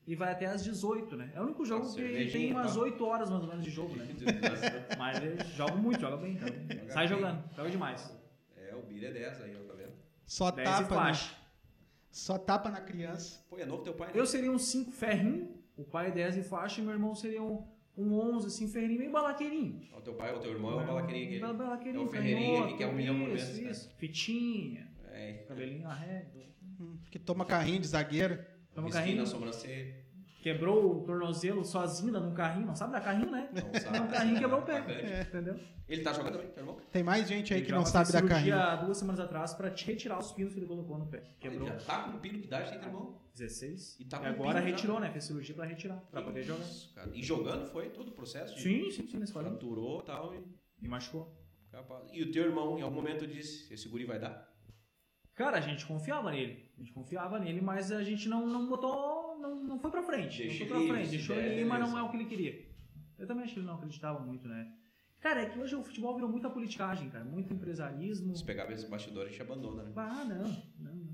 e vai até às 18, né? É o único jogo Ah, que tem cervejinha, umas tá. 8 horas mais ou menos de jogo, né? Mas ele joga muito, joga bem. joga bem. Joga Sai bem. jogando, joga demais. É, o Bira é 10 aí, ó, tá vendo? Só 10 e tapa, né? faixa. Só tapa na criança. Pô, é novo teu pai? né? Eu seria um 5 ferrinho, o pai é 10 e faixa, e meu irmão seria um, um 11, assim, ferrinho, meio balaqueirinho. O teu pai, o teu irmão é o balaquerinha Bala- aquele. Balaqueirinho, É o ferreirinho canhoto, que quer um milhão por isso, mês, né? Isso, fitinha, É, cabelinho na régua. Que toma carrinho de zagueiro. Toma um risquinho carrinho, na sobrancelha. quebrou o tornozelo sozinho, dá num carrinho, não sabe dar carrinho, né? Não sabe. Tá Dá um carrinho e quebrou o Atacante. pé, entendeu? Ele tá jogando também, teu irmão? Tem mais gente aí Ele que já não fez sabe dar cirurgia carrinho. duas semanas atrás pra te retirar os pinos que ele colocou no pé. Quebrou Ele já tá com o pino que dá, tem teu irmão. 16 E e, tá com agora pino já. retirou, né? Fez cirurgia pra retirar, pra poder jogar. Isso, cara. E jogando foi todo o processo? de- Sim, sim, sim, nesse quadro. Fraturou e tal. E... E machucou. capaz. E o teu irmão, em algum momento, disse: Esse guri vai dar? Cara, a gente confiava nele. A gente confiava nele, mas a gente não, não botou. Não, não foi pra frente. Deixa não foi pra ele, frente. se Deixou der, ele, ir, mas não beleza. é o que ele queria. Eu também acho que ele não acreditava muito, né? Cara, é que hoje o futebol virou muita politicagem, cara. Muito empresarismo. Se pegar esse bastidor, a gente abandona, né? Ah, não. não, não.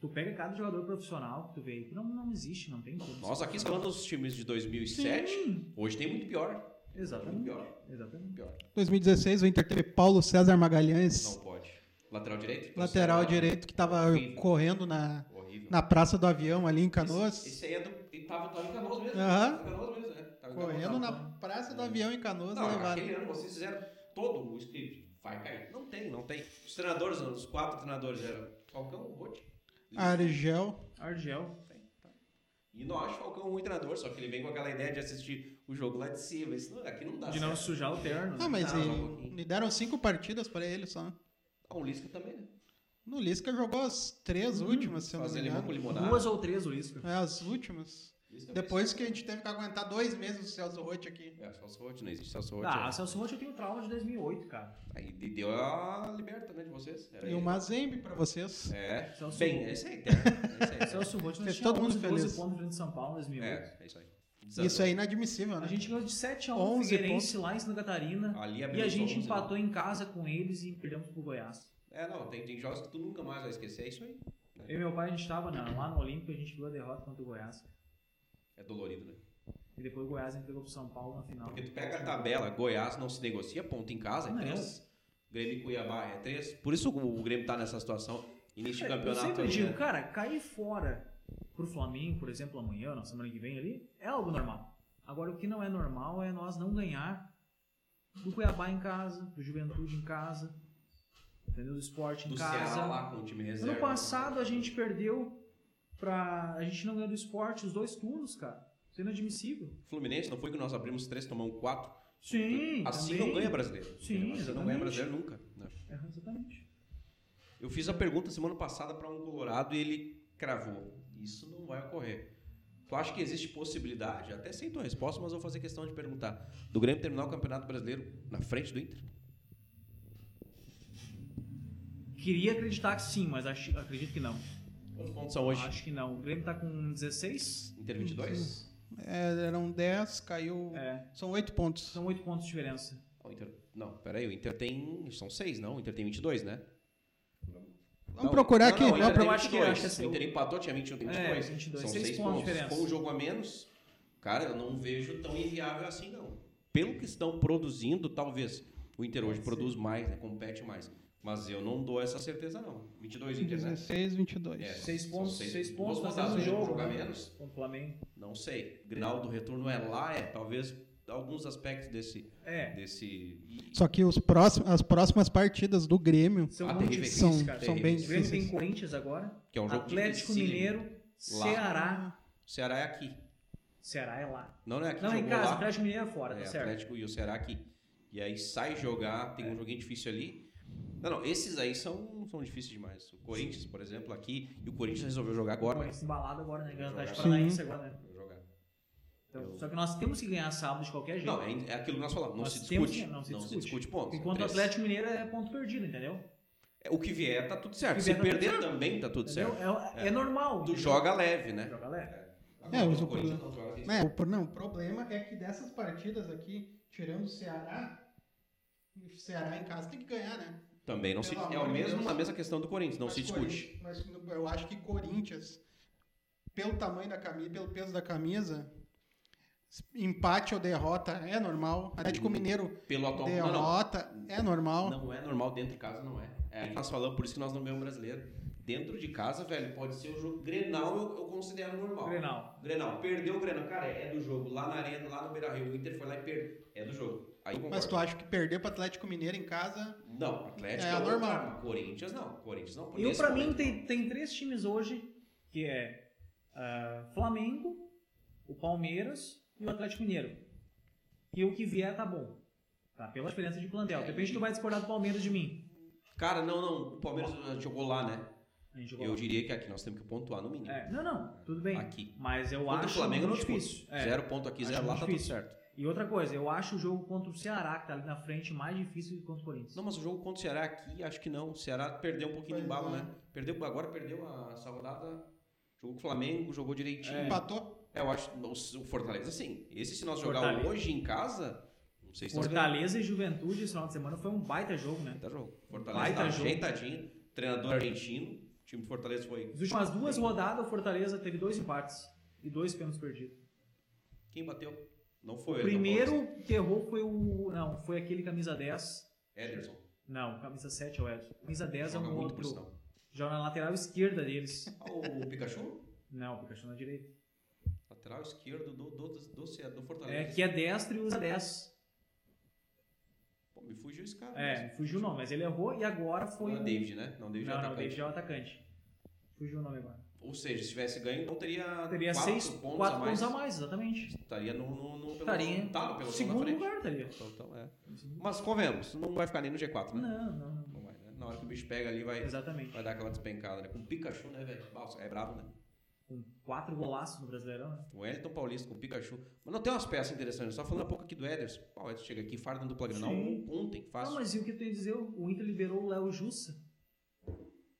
Tu pega cada jogador profissional que tu vê aí, que não, não existe, não tem como. Nós aqui escalando os times de 2007. Sim. Hoje tem muito pior. Muito Exatamente. pior. Exatamente. Pior. 2016, o Inter teve Paulo César Magalhães, Não pode. Lateral direito? lateral Cancelado. direito, que tava Horrível. correndo na, Horrível. na Praça do Avião ali em Canoas. Esse, esse aí é do. tava, tava em Canoas mesmo. Aham. Tava em Canoas mesmo, é. Tava em Canoas, Correndo tava- na Praça do Avião em Canoas e Não, levaram. aquele ano vocês fizeram todo o script. Vai cair. Não tem, não tem. Os treinadores, os quatro treinadores eram Falcão, Rote. Argel. Argel. E não acho o Falcão um ruim treinador, só que ele vem com aquela ideia de assistir o jogo lá de cima. Isso não, aqui não dá De não Tá certo. sujar o terno. né? Ah, mas Não, ele- só um pouquinho. me deram cinco partidas pra ele só. Ah, o Lisca também, né? No Lisca jogou as três Uhum. últimas, se eu não Mas me ele levou com engano. limonada. Tá Duas ou três, o Lisca. É, as últimas. Lisca Depois que a gente teve que aguentar dois meses o Celso Rotti aqui. fez- É, Celso Rote, não existe Celso Rote. Ah, Celso Rocha eu tenho trauma de 2008, cara. Aí de- deu a liberta, né, de vocês. Era E o ele. Mazembe pra vocês. É, Celso- bem, é isso aí. Tá? É isso aí. tá? Celso Rocha nós Fez tínhamos todo mundo 11, 12 feliz. pontos frente de São Paulo em 2008. É, é isso aí. Isso é inadmissível, né? A gente ganhou de 7 a 1 11 Figueirense lá em Santa Catarina. Ali E abriu a os gente olhos, né? empatou em casa com eles e perdemos pro Goiás. É, não, tem, tem jogos que tu nunca mais vai esquecer, é isso aí. Eu e meu pai, a gente tava na- lá no Olímpico, a gente viu a derrota contra o Goiás. É dolorido, né? E depois o Goiás entregou pro São Paulo na final. Ah, Porque tu pega a tabela, Goiás não se negocia, ponto em casa, é Não. três. Grêmio e Cuiabá é três. Por isso o Grêmio tá nessa situação. Início de É, Eu campeonato. sempre ali, digo, né? cara, cair fora pro Flamengo, por exemplo, amanhã, na semana que vem ali, é algo normal. Agora, o que não é normal é nós não ganhar do Cuiabá em casa, do Juventude em casa, entendeu? Do esporte em do casa. Ceará lá com o time reserva. Ano passado a gente perdeu pra. A gente não ganhou do esporte os dois turnos, cara. Isso é inadmissível. Fluminense, não foi que nós abrimos três, tomamos quatro. Sim. Assim também. não ganha brasileiro. Sim, Assim não ganha exatamente. brasileiro nunca. né? É, exatamente. Eu fiz a pergunta semana passada para um colorado e ele cravou. Isso não vai ocorrer. Tu acha que existe possibilidade? Até sei tua resposta, mas vou fazer questão de perguntar. Do Grêmio terminar o Campeonato Brasileiro na frente do Inter? Queria acreditar que sim, mas acho- acredito que não. Quantos pontos são hoje? Acho que não. O Grêmio tá com 16? Inter 22? É, eram 10, caiu. É. São 8 pontos. São 8 pontos de diferença. Não, o Inter... não, peraí, o Inter tem... São seis, não? O Inter tem 22, né? Vamos procurar aqui. Não, vamos não, o Inter procurar. tem acho que- 22. acho que assim, o Inter empatou, tinha 21, tem É, 22. 22, São seis 6 pontos de pontos. diferença. Com um jogo a menos, cara, eu não vejo tão inviável assim, não. Pelo que estão produzindo, talvez o Inter hoje produz mais, né, compete mais. Mas eu não dou essa certeza, não. 22 Inter, né? 16, 22. É, Seis são pontos, seis- seis duas pontos, nós rodadas, temos um né, jogo, jogar né? menos. Contra o Flamengo. Não sei. Grenal do retorno é lá, é. Talvez alguns aspectos desse... É. desse... Só que os próximos, as próximas partidas do Grêmio São Ah, muito terrível. difíceis, são, cara. são bem O Grêmio tem difíceis. Corinthians agora. Que é um jogo Atlético dificílimo. Mineiro, Lá. Ceará. Ceará é aqui. Ceará é lá. Não, não é aqui. Não, em jogou casa, lá. Atlético Mineiro é fora, tá É, certo? É. Atlético e o Ceará aqui. E aí sai jogar, tem um joguinho difícil ali. Não, não, esses aí são, são difíceis demais. O Corinthians, por exemplo, aqui, e o Corinthians resolveu jogar agora, mas Corinthians embalado agora, né? Ganhando o Atlético Sim. Paranaense agora, né? resolveu jogar. Então, Eu- Só que nós temos que ganhar sábado de qualquer jeito. Não, é, é aquilo que nós falamos, não Nós se temos discute. que- não, se, discute. pontos. são Enquanto o três. Atlético Mineiro é ponto perdido, entendeu? É, O que vier tá tudo certo. O que Se vier tá tudo perder certo. também tá tudo entendeu? certo. É, é normal. Tu entendeu? joga leve, né? Joga leve. É, mas o Corinthians tá não joga, É, o, pro- não, o problema é que dessas partidas aqui, tirando o Ceará, o Ceará em casa tem que ganhar, né? Também não se Pelo É amor o de mesmo, Deus. a mesma questão do Corinthians, não Mas se discute. Corinthians- Mas no- eu acho que Corinthians, pelo tamanho da camisa, pelo peso da camisa, empate ou derrota é normal. Atlético Mineiro, Pelo atual. Não, não. derrota é normal. Não é normal dentro de casa, não é. É aí que nós falamos, por isso que nós não ganhamos brasileiro. Dentro de casa, velho, pode ser o jogo. Grenal eu, eu considero normal. Grenal. Grenal, perdeu o Grenal, cara, é do jogo. Lá na arena, lá no Beira Rio, o Inter foi lá e perdeu. É do jogo. Aí eu Mas concordo. tu acha que perder para Atlético Mineiro em casa Não, Atlético É, o normal. contrário. Corinthians não, Corinthians não. Eu, Nesse pra mim, momento, tem, tem três times hoje, que é ah, Flamengo, o Palmeiras e o Atlético Mineiro. E o que vier tá bom. Tá? Pela diferença de plantel. É, De repente e- tu vai discordar do Palmeiras de mim. Cara, não, não, o Palmeiras eh, jogou lá, né? A gente Eu gosta. diria que aqui nós temos que pontuar no mínimo. É, não, não, tudo bem. Aqui. Mas eu Contra acho o Flamengo não muito difícil. difícil. É. Zero ponto aqui, Acho zero lá, muito tá tudo difícil. certo. E outra coisa, eu acho o jogo contra o Ceará, que tá ali na frente, mais difícil que contra o Corinthians. Não, mas o jogo contra o Ceará aqui, acho que não. O Ceará perdeu um pouquinho de Pois embalo, é. né? Perdeu, agora perdeu a, essa rodada. Jogou com o Flamengo, jogou direitinho. empatou? É, eu acho. O Fortaleza, sim. Esse, se nós jogar Fortaleza. hoje em casa, não sei se nós Fortaleza e Juventude esse final de semana foi um baita jogo, né? ganhamos. Tá jogo. Fortaleza Baita tá jogo. ajeitadinho. Treinador argentino. O time do Fortaleza foi. Nas últimas duas rodadas, o Fortaleza teve dois empates e dois pênaltis perdidos. Quem bateu? Não foi O ele, não foi primeiro que errou foi o. Não, foi aquele camisa 10. o Ederson. Não, camisa 7 é o Edson. Camisa 10 é Joga um muito por outro. sinal. Joga na lateral esquerda deles. Ah, o Pikachu? Não, o Pikachu na direita. lateral esquerdo do, do, do, Ce- do Fortaleza. É, que é destro e usa 10. Pô, me fugiu esse cara. É, fugiu não, mas ele errou e agora Foi foi. não é David, né? Não, David é Não, não, o atacante. David é o atacante. Fugiu o nome agora. Ou seja, se tivesse ganho, não teria, Teria quatro seis, pontos quatro a mais. pontos a mais, exatamente. Estaria no, no, no Estaria tá no pelotão na segundo frente. lugar, estaria. Então, então, é. Mas convenhamos, não vai ficar nem no G4, né? Não, não, não. Não vai, né? Na hora que o bicho pega ali, vai, Exatamente. É. vai dar aquela despencada, né? Com o Pikachu, né, velho? Bah, É bravo, né? Com Um quatro golaços no Brasileirão, né? O Elton Paulista com o Pikachu. Mas não tem umas peças interessantes. Só falando um pouco aqui do Ederson. Pô, o Ederson chega aqui, farda no dupla granal. Sim. Ontem, Ah, fácil. mas e o que tu ia dizer? O Inter liberou o Léo Jussa.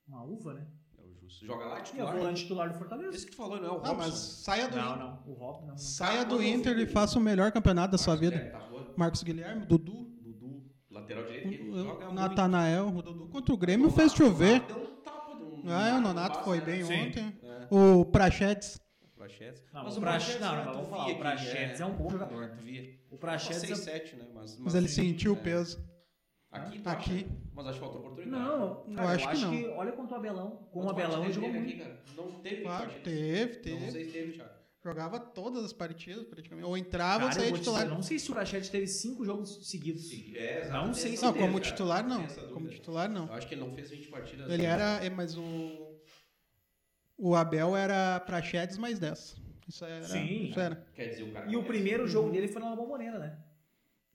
Uma uva, né? É o Justo. Joga lá, E é o titular. volante titular do Fortaleza. Esse que falou, não é o Ah, Robson. mas saia do, Não, In- não. O Rob não. saia do Quando eu Inter vi- e faça o melhor campeonato da sua Marcos vida. Guilherme tá boa. Marcos Guilherme, Dudu, Dudu, lateral direito. Ele joga o muito. Natanael, o Dudu contra o Grêmio Nonato, fez chover. Nonato deu um tapa de um- Ah, o um Nonato passe, foi né? bem Sim. ontem. É, O Prachetes, Prachetes. Não, o Prachetes, não, então não, vamos falar, o Prachetes é um bom jogador. Tu via. O Prachetes Prachetes. 6, é- 7, né? Mas, mas ele sim, sentiu é. o peso. Aqui, tu acha? Aqui. Mas acho que faltou oportunidade. Não, cara, eu acho acho, que não. que, Olha quanto o Abelão. Com o Quanto Abelão Prachetes jogou teve muito. aqui, cara? Não teve Claro, Prachetes. teve, Não teve. sei se teve, Thiago. Jogava todas as partidas praticamente. Ou entrava Cara, ou eu saía vou te dizer, Ah, é titular. eu não sei se o Prachete teve cinco jogos seguidos. É, exato, Não tem sei essa se Não, teve, dúvida, como cara. titular não. Tem essa Como dúvida. titular não. é Eu acho que ele não fez 20 partidas. Ele né? era. é, Mas o. O Abel era Prachedes mais 10. Isso era. Sim. Isso era. Quer dizer, o cara é. E o conhece. primeiro jogo dele foi na Bombonera, né?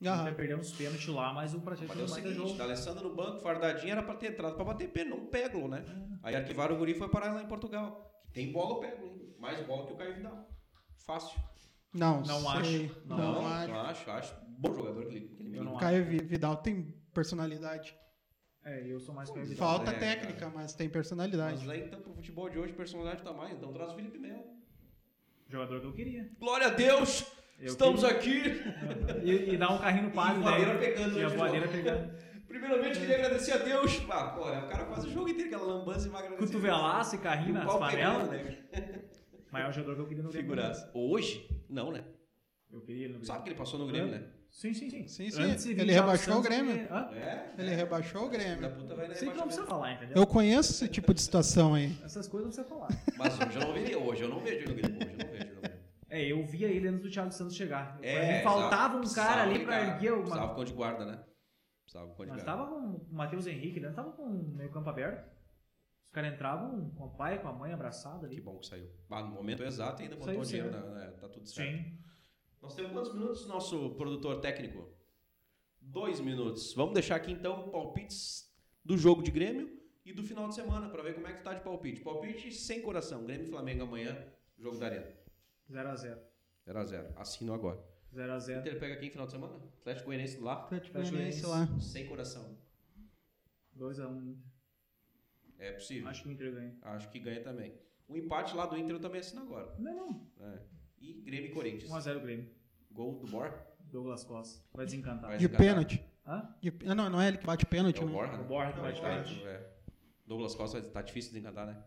Aham. Nós Perdemos os pênaltis lá, mas o Prachete Mas é fez o um baita seguinte, jogo. da Alessandro no banco, fardadinho, era pra ter entrado pra bater pênalti, não peglo, né? Uhum. Aí arquivaram o guri e foi parar lá em Portugal. Que tem bola, eu pego, hein? Mais bola que o Caio Vidal. Fácil. Não, Não sei. acho. Não, Não, acho. não acho. acho. Bom jogador aquele, aquele Eu não menino. acho. Caio Vi- Vidal tem personalidade. É, eu sou mais que Falta é, técnica, cara. mas tem Mas personalidade. aí, então, pro futebol de hoje, personalidade tá mais. Então traz o Felipe Melo. Jogador que eu queria. Glória a Deus! Eu Estamos aqui! queria. E, e dar um carrinho no E palio, a né? voadeira pegando, E a né, voadeira de novo. pegando. Primeiramente, queria agradecer a Deus. Ah, porra, o cara faz o jogo inteiro, aquela lambança e vai agradecer. Cotovelaço e E carrinho o nas pau pegando, panelas. né? Maior jogador que eu queria no Grêmio. Figuraça. Hoje? Não, né? Eu queria ele no Grêmio. Sabe que ele passou no Grêmio, né? Sim, sim, sim. Sim, sim. Antes de Ele vir já rebaixou o Santos, Grêmio. ele- Hã? É? Ele é. rebaixou o Da Grêmio. puta vai na Sei que é um não precisa rebaixamento. falar, entendeu? Eu conheço esse tipo de situação aí. Essas coisas não precisa falar. Mas hoje eu não veria, hoje eu não vejo ele no Grêmio, hoje eu não vejo ele no Grêmio. É, eu via ele antes do Thiago Santos chegar. Pra É, mim, faltava um precisava- precisava cara ali de pra cara. erguer uma Precisava o cão de guarda, né? Precisava o cão de Nós guarda. tava com o Matheus Henrique, né? Tava com o meio campo aberto. Os caras entravam com o pai, com a mãe abraçada Que ali. bom que saiu. Ah, no momento exato ainda botou Saiu o dinheiro, certo. na- na- tá tudo certo. Sim. Nós temos quantos minutos, nosso produtor técnico? Dois minutos. Vamos deixar aqui então palpites do jogo de Grêmio e do final de semana, pra ver como é que tá de palpite. Palpite sem coração, Grêmio e Flamengo amanhã, jogo da Arena. 0x0. 0x0, assino agora. 0x0. Inter pega quem final de semana? Atlético Goianiense lá, Atlético Goianiense. Goianiense lá. sem coração. 2x1. É possível. Acho que o Inter ganha. Acho que ganha também. Um empate lá do Inter eu também assino agora. Não, não. né? E Grêmio e Corinthians. 1x0 Grêmio. Gol do Bor. É Douglas Costa. Vai desencantar. Vai. De pênalti. Hã? De- ah, não, não é ele que bate É pênalti, o né? Borra, O Borja que vai de tá, é. Douglas Costa tá difícil de desencantar, né?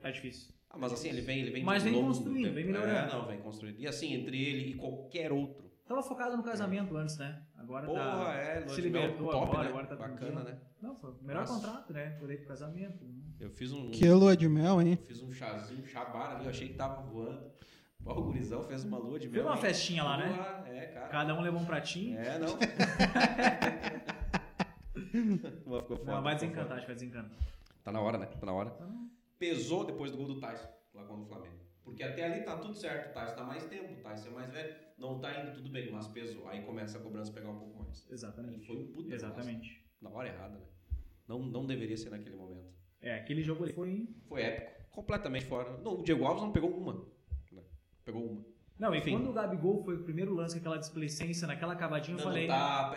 Tá difícil. Ah, mas assim, ele vem, ele vem Mas de vem longo construindo, tempo. vem melhorando. É, não, vem construindo. E assim, entre ele e qualquer outro. Tava focado no casamento antes, né? Agora É. Porra, tá. é, se Lua de Mel, libertou top, agora, né? agora tá Bacana, né? Não, foi o melhor Nossa. contrato, né? Direito pro casamento. né? Eu fiz um. Que lua é de mel, hein? Eu fiz um chazinho, um chabar ali, eu achei que tava voando. Ó, O gurizão fez uma lua de Fez mel. uma hein? festinha lá, né? Porra, É, cara. Cada um levou um pratinho. É, não. Mas ficou foda, Não, ficou vai desencantar, foda. acho que vai desencantar. Tá na hora, né? Tá na hora. Tá na hora. Pesou depois do gol do Tyson, lá contra o Flamengo. Porque até ali tá tudo certo. O Tyson tá mais tempo, o Tyson é mais velho. Não tá indo tudo bem, mas pesou. Aí começa a cobrança pegar um pouco mais. Exatamente. E foi um puta Exatamente. Na hora errada, né? Não, não deveria ser naquele momento. É, aquele jogo ali foi Foi épico. Completamente fora. Não, o Diego Alves não pegou uma. né? Pegou uma. Não, e Enfim. quando o Gabigol foi o primeiro lance, aquela displicência, naquela cavadinha, eu Dando falei, né? tapa.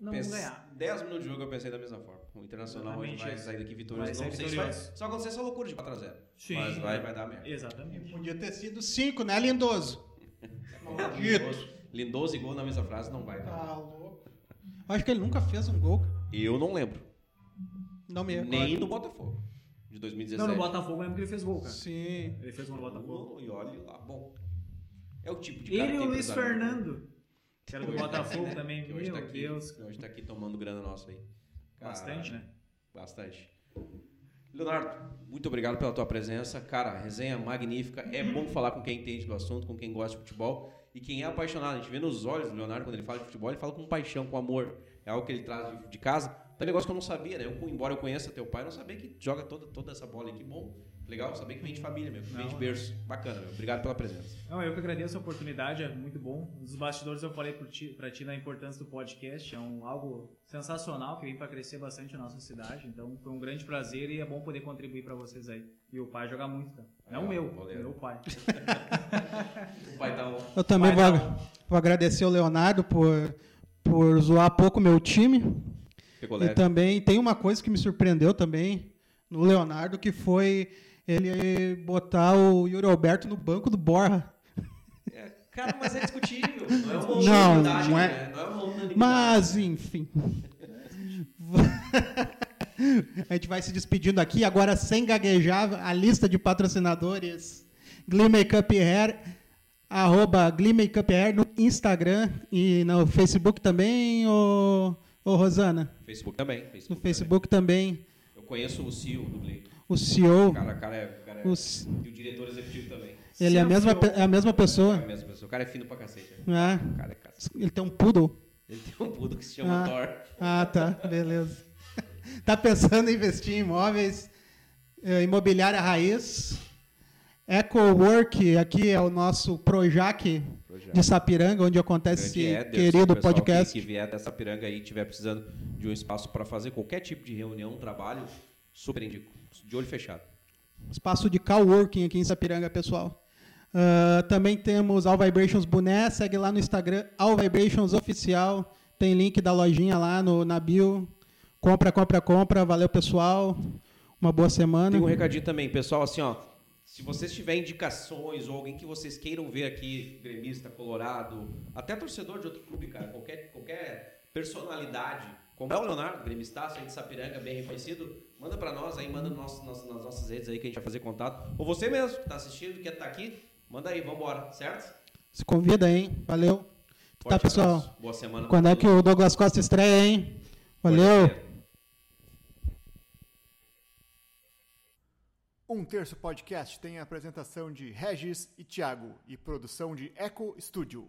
não vou Pens- ganhar. 10 minutos de jogo eu pensei da mesma forma. O Internacional hoje vai Exatamente. sair daqui vitorioso. Vai sair não sei se vai, vitorioso. só acontecer essa loucura de 4x0. Mas vai, vai dar merda. Exatamente. Podia ter sido cinco, né, Lindoso? Maldito. Lindoso, Lindoso e gol na mesma frase não vai dar. Tá louco. Acho que ele nunca fez um gol. Eu não lembro. Não me recordo. Nem do Botafogo. De 2017. Não, no Botafogo lembro que ele fez gol, cara. Sim. Ele fez gol no Botafogo. Não, E olha lá, bom. É o tipo de cara Ele e que o tem Luiz cruzamento. Fernando, que era do Hoje tá aqui, Botafogo né? também. Que hoje Meu tá aqui, Deus, né? que Hoje tá aqui tomando grana nossa aí. Cara, bastante, né? Bastante. Leonardo, muito obrigado pela tua presença. Cara, resenha magnífica. É bom falar com quem entende do assunto, com quem gosta de futebol e quem é apaixonado. A gente vê nos olhos do Leonardo quando ele fala de futebol, ele fala com paixão, com amor. É algo que ele traz de- de casa. É um negócio que eu não sabia, né? Eu, embora eu conheça teu pai, eu não sabia que joga toda, toda essa bola aí. Que bom. Legal saber que vem de família, meu. Que vem Não. de é. berço. Bacana, meu. Obrigado pela presença. Não, eu que agradeço a oportunidade, é muito bom. Nos bastidores eu falei por ti- pra ti da importância do podcast, é um, algo sensacional que vem pra crescer bastante a nossa cidade. Então foi um grande prazer e é bom poder contribuir pra vocês aí. E o pai joga muito, tá? Não Aí, ó, eu, goleiro. meu pai. O pai tá on. Eu também vou, Vai ag- vou agradecer ao Leonardo por, por zoar pouco o meu time. Pegou E leve. também tem uma coisa que me surpreendeu também no Leonardo, que foi ele botar o Yuri Alberto no banco do Borra. Cara, mas é discutível. Não é uma Não, unanimidade, não é. né? Não é uma unanimidade. Mas, enfim. A gente vai se despedindo aqui, agora sem gaguejar, a lista de patrocinadores. Glee Makeup Hair, arroba Glee Makeup Hair no Instagram e no Facebook também, ô, ô Rosana? Facebook também. No também. Facebook também, Eu conheço o CEO do Blink. o CEO, Cara, o cara é. o cara é- o C- E o diretor executivo também. ele é a mesma, pe- é a mesma É a pessoa. mesma pessoa. O cara é fino pra cacete. né? né? O cara é cacete. Ele tem um poodle. Ele tem um puto que se chama Ah. Thor. Ah, tá. Beleza. Tá pensando em investir em imóveis? eh, Imobiliária Raiz. EcoWork, aqui é o nosso Projac, Projac. de Sapiranga, onde acontece esse Grande Éder, querido o pessoal é podcast. Que, que vier dessa piranga aí e estiver precisando de um espaço para fazer qualquer tipo de reunião, trabalho, super indico. De olho fechado. Espaço de coworking aqui em Sapiranga, pessoal. Ah, também temos All Vibrations Boné, segue lá no Instagram, All Vibrations Oficial. Tem link da lojinha lá no, na bio. Compra, compra, compra. Valeu, pessoal. Uma boa semana. Tem um recadinho também, pessoal, assim, ó. Se vocês tiverem indicações ou alguém que vocês queiram ver aqui, gremista, colorado, até torcedor de outro clube, cara, qualquer, qualquer personalidade, como é o Leonardo, gremistaço aí de Sapiranga, bem reconhecido, manda pra nós aí, manda no nosso- nas, nas nossas redes aí que a gente vai fazer contato. Ou você mesmo que tá assistindo, quer estar aqui, manda aí, vambora, certo? Se convida, hein? Valeu. tá, Forte pessoal? abraço, Boa semana. pra Quando é todo que o Douglas Costa estreia, hein? mundo. Valeu. Um Terço Podcast tem a apresentação de Regis e Thiago e produção de Eco Studio.